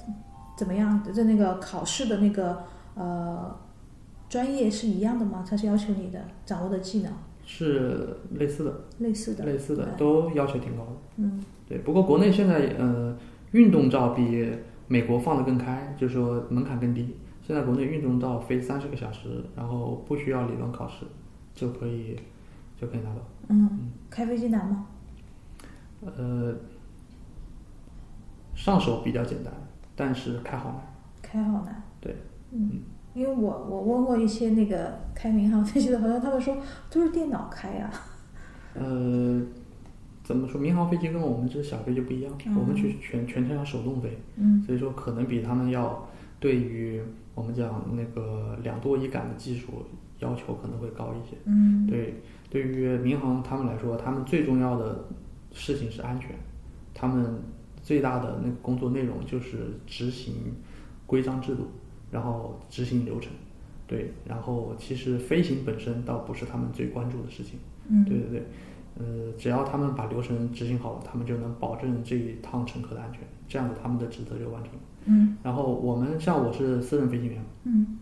Speaker 3: 怎么样？就那个考试的那个呃专业是一样的吗？它是要求你的掌握的技能。
Speaker 4: 是类似的，
Speaker 3: 类似的，
Speaker 4: 类似的
Speaker 3: 对
Speaker 4: 都要求挺高的。
Speaker 3: 嗯，
Speaker 4: 对，不过国内现在呃，运动照比美国放得更开，就是说门槛更低。现在国内运动照飞三十个小时，然后不需要理论考试，就可以就可以拿到。
Speaker 3: 嗯，开飞机难吗？
Speaker 4: 呃，上手比较简单，但是开好难。
Speaker 3: 开好难。
Speaker 4: 对，
Speaker 3: 嗯，因为我我问过一些那个开民航飞机的朋友，他们说都是电脑开呀、
Speaker 4: 呃，怎么说？民航飞机跟我们这小飞机不一样，我们全全全程要手动飞，
Speaker 3: 嗯
Speaker 4: 所以说可能比他们要对于我们讲那个两舵一杆的技术要求可能会高一些。
Speaker 3: 嗯
Speaker 4: 对，对于民航他们来说，他们最重要的事情是安全，他们最大的那个工作内容就是执行规章制度，然后执行流程。对，然后其实飞行本身倒不是他们最关注的事情。
Speaker 3: 嗯
Speaker 4: 对对对，呃，只要他们把流程执行好了，他们就能保证这一趟乘客的安全，这样子他们的职责就完成了。
Speaker 3: 嗯
Speaker 4: 然后我们像我是私人飞行员，
Speaker 3: 嗯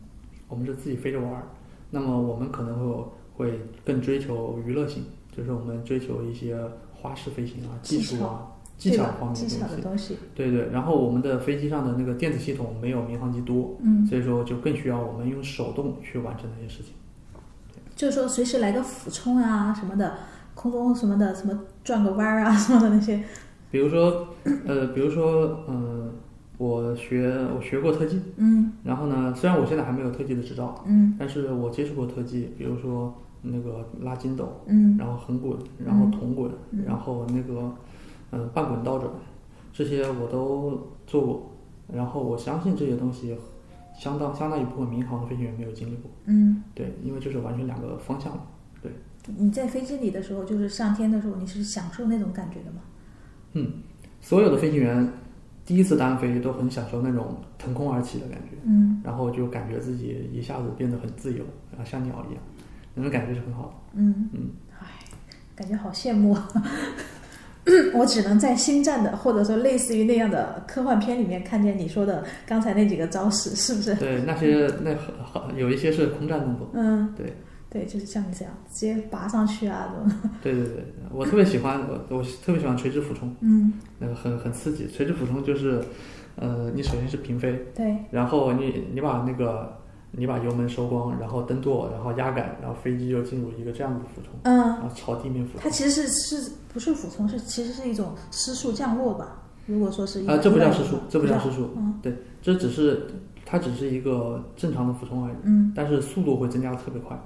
Speaker 4: 我们是自己飞着玩儿，那么我们可能会有会更追求娱乐性，就是我们追求一些花式飞行啊、技术啊、技
Speaker 3: 对
Speaker 4: 巧
Speaker 3: 吧
Speaker 4: 方面
Speaker 3: 技
Speaker 4: 的
Speaker 3: 巧
Speaker 4: 东
Speaker 3: 的
Speaker 4: 西。
Speaker 3: 东西，
Speaker 4: 对对，然后我们的飞机上的那个电子系统没有民航机多，
Speaker 3: 嗯，
Speaker 4: 所以说就更需要我们用手动去完成那些事情。
Speaker 3: 就是说随时来个俯冲啊什么的，空中什么的，什么转个弯儿啊什么的那些，
Speaker 4: 比如说，呃，比如说，嗯、我学我学过特技，
Speaker 3: 嗯
Speaker 4: 然后呢，虽然我现在还没有特技的执照，
Speaker 3: 嗯
Speaker 4: 但是我接触过特技，比如说那个拉筋斗，
Speaker 3: 嗯
Speaker 4: 然后横滚，然后铜滚，
Speaker 3: 嗯
Speaker 4: 然后那个嗯、呃半滚倒转，这些我都做过。然后我相信这些东西，相当相当一部分民航的飞行员没有经历过。
Speaker 3: 嗯，
Speaker 4: 对，因为这是完全两个方向嘛。
Speaker 3: 你在飞机里的时候，就是上天的时候，你是享受那种感觉的吗？
Speaker 4: 嗯，所有的飞行员第一次单飞都很享受那种腾空而起的感觉，
Speaker 3: 嗯
Speaker 4: 然后就感觉自己一下子变得很自由，然后像鸟一样，那种感觉是很好的。
Speaker 3: 嗯
Speaker 4: 嗯，
Speaker 3: 唉，感觉好羡慕啊。 我只能在《星战》的，或者说类似于那样的科幻片里面看见你说的刚才那几个招式，是不是？
Speaker 4: 对，那些那很很有一些是空战动作，
Speaker 3: 嗯，
Speaker 4: 对
Speaker 3: 对，就是像你这样直接拔上去啊，这种。
Speaker 4: 对对对，我特别喜欢我我特别喜欢垂直俯冲，
Speaker 3: 嗯，
Speaker 4: 那个很很刺激。垂直俯冲就是，呃，你首先是平飞，
Speaker 3: 对，
Speaker 4: 然后你你把那个你把油门收光，然后蹬舵，然后压杆，然后飞机就进入一个这样的俯冲，
Speaker 3: 嗯，
Speaker 4: 然后朝地面俯
Speaker 3: 它
Speaker 4: 冲。
Speaker 3: 其实是是不是俯冲？是其实是一种失速降落吧？如果说是一
Speaker 4: 啊、这不叫失速，这不
Speaker 3: 不
Speaker 4: 叫失速，
Speaker 3: 嗯
Speaker 4: 这只是它只是一个正常的俯冲而已，
Speaker 3: 嗯
Speaker 4: 但是速度会增加得特别快。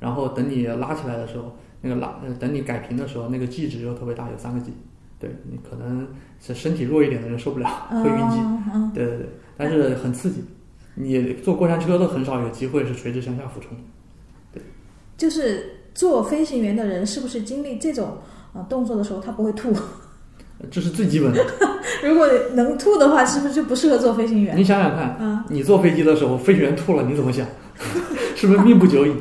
Speaker 4: 然后等你拉起来的时候，那个拉呃等你改平的时候，那个 G 值又特别大，有三个 G。对你可能是身体弱一点的人受不了，会晕机。
Speaker 3: 嗯嗯，
Speaker 4: 对对对，但是很刺激。你坐过山车都很少有机会是垂直向下俯冲。
Speaker 3: 就是做飞行员的人是不是经历这种呃动作的时候，他不会吐？
Speaker 4: 这是最基本的。
Speaker 3: 如果能吐的话，是不是就不适合做飞行员？
Speaker 4: 你想想看，
Speaker 3: 啊，
Speaker 4: 你坐飞机的时候，飞行员吐了，你怎 么想？是不是命不久矣？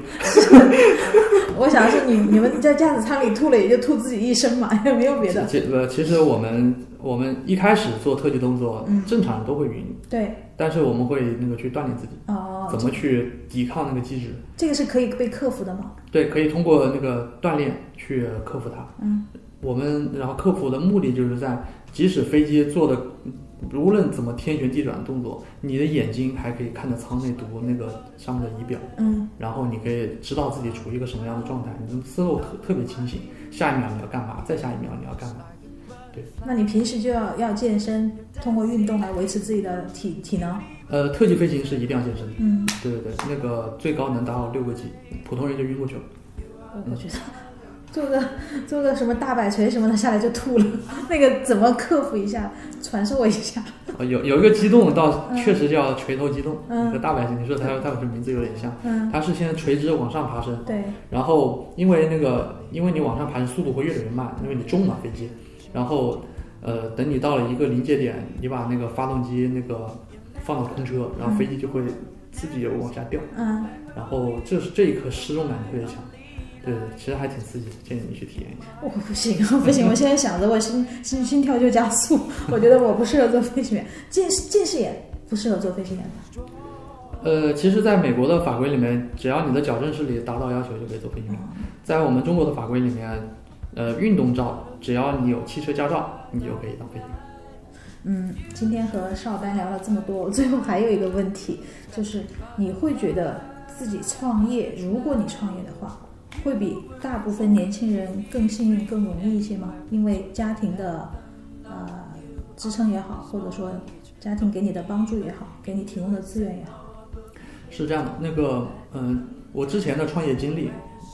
Speaker 3: 我想是你你们在驾驶舱里吐了，也就吐自己一身嘛， 也没有别的。
Speaker 4: 其呃，其实我们我们一开始做特技动作，
Speaker 3: 嗯
Speaker 4: 正常人都会晕，
Speaker 3: 对，
Speaker 4: 但是我们会那个去锻炼自己，
Speaker 3: 哦，
Speaker 4: 怎么去抵抗那个机制。
Speaker 3: 这个是可以被克服的嘛？
Speaker 4: 对，可以通过那个锻炼去克服它。
Speaker 3: 嗯，
Speaker 4: 我们然后克服的目的就是在，即使飞机做的无论怎么天旋地转的动作，你的眼睛还可以看着舱内读那个上面的仪表，
Speaker 3: 嗯
Speaker 4: 然后你可以知道自己处于一个什么样的状态，你的思路特特别清醒，下一秒你要干嘛，再下一秒你要干嘛。
Speaker 3: 那你平时就要要健身，通过运动来维持自己的体体能。
Speaker 4: 呃，特技飞行是一定要健身的，
Speaker 3: 嗯，
Speaker 4: 对对对，那个最高能达到六个 G，普通人就晕过去了。
Speaker 3: 我我觉得做个做个什么大摆锤什么的下来就吐了， 那个怎么克服一下？传授我一下。
Speaker 4: 呃有有一个机动倒确实叫锤头机动，
Speaker 3: 嗯
Speaker 4: 和大白鲸，你说它它和这名字有点像。
Speaker 3: 嗯，
Speaker 4: 它是先垂直往上爬升，
Speaker 3: 对，
Speaker 4: 然后因为那个，因为你往上爬升速度会越来越慢，因为你重嘛飞机，然后呃，等你到了一个临界点，你把那个发动机那个放到空车，然后飞机就会自己往下掉，
Speaker 3: 嗯，
Speaker 4: 然后这是这一刻失重感特别强，对，其实还挺刺激的，建议你去体验一下。
Speaker 3: 我不行， 不行，我现在想着我心心心跳就加 速，我觉得我不适合做飞行员，近视近视眼不适合做飞行员吧？
Speaker 4: 呃，其实，在美国的法规里面，只要你的矫正视力达到要求，就可以做飞行员。在我们中国的法规里面，呃，运动照只要你有汽车驾照，你就可以当飞行员。
Speaker 3: 嗯，今天和邵丹聊了这么多，我最后还有一个问题，就是你会觉得自己创业，如果你创业的话，会比大部分年轻人更幸运、更容易一些吗？因为家庭的呃支撑也好，或者说家庭给你的帮助也好，给你提供的资源也好，
Speaker 4: 是这样的，那个，嗯、我之前的创业经历、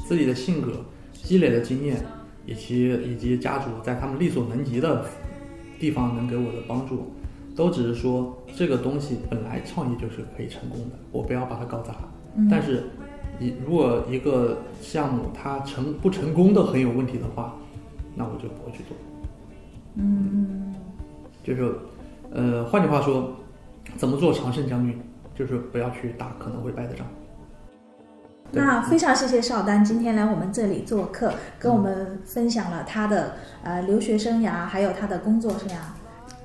Speaker 4: 自己的性格、积累的经验，以及以及家族在他们力所能及的地方能给我的帮助，都只是说这个东西本来创业就是可以成功的，我不要把它搞砸。
Speaker 3: 嗯
Speaker 4: 但是，你如果一个项目它成不成功的很有问题的话，那我就不会去做。
Speaker 3: 嗯
Speaker 4: 就是，呃，换句话说，怎么做常胜将军，就是不要去打可能会败的仗。对
Speaker 3: 那非常谢谢邵丹今天来我们这里做客，跟我们分享了他的呃留学生涯，还有他的工作生涯。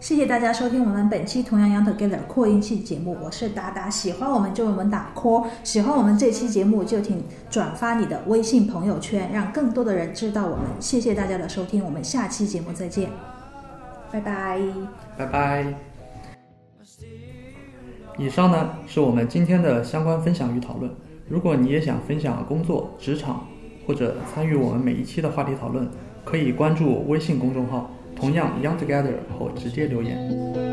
Speaker 3: 谢谢大家收听我们本期《同样 Young Together》扩音器节目，我是达达。喜欢我们就为我们打 call，喜欢我们这期节目就请转发你的微信朋友圈，让更多的人知道我们。谢谢大家的收听，我们下期节目再见，拜拜。
Speaker 4: 拜拜。以上呢是我们今天的相关分享与讨论。如果你也想分享工作、职场，或者参与我们每一期的话题讨论，可以关注微信公众号，同样 Young Together 后直接留言。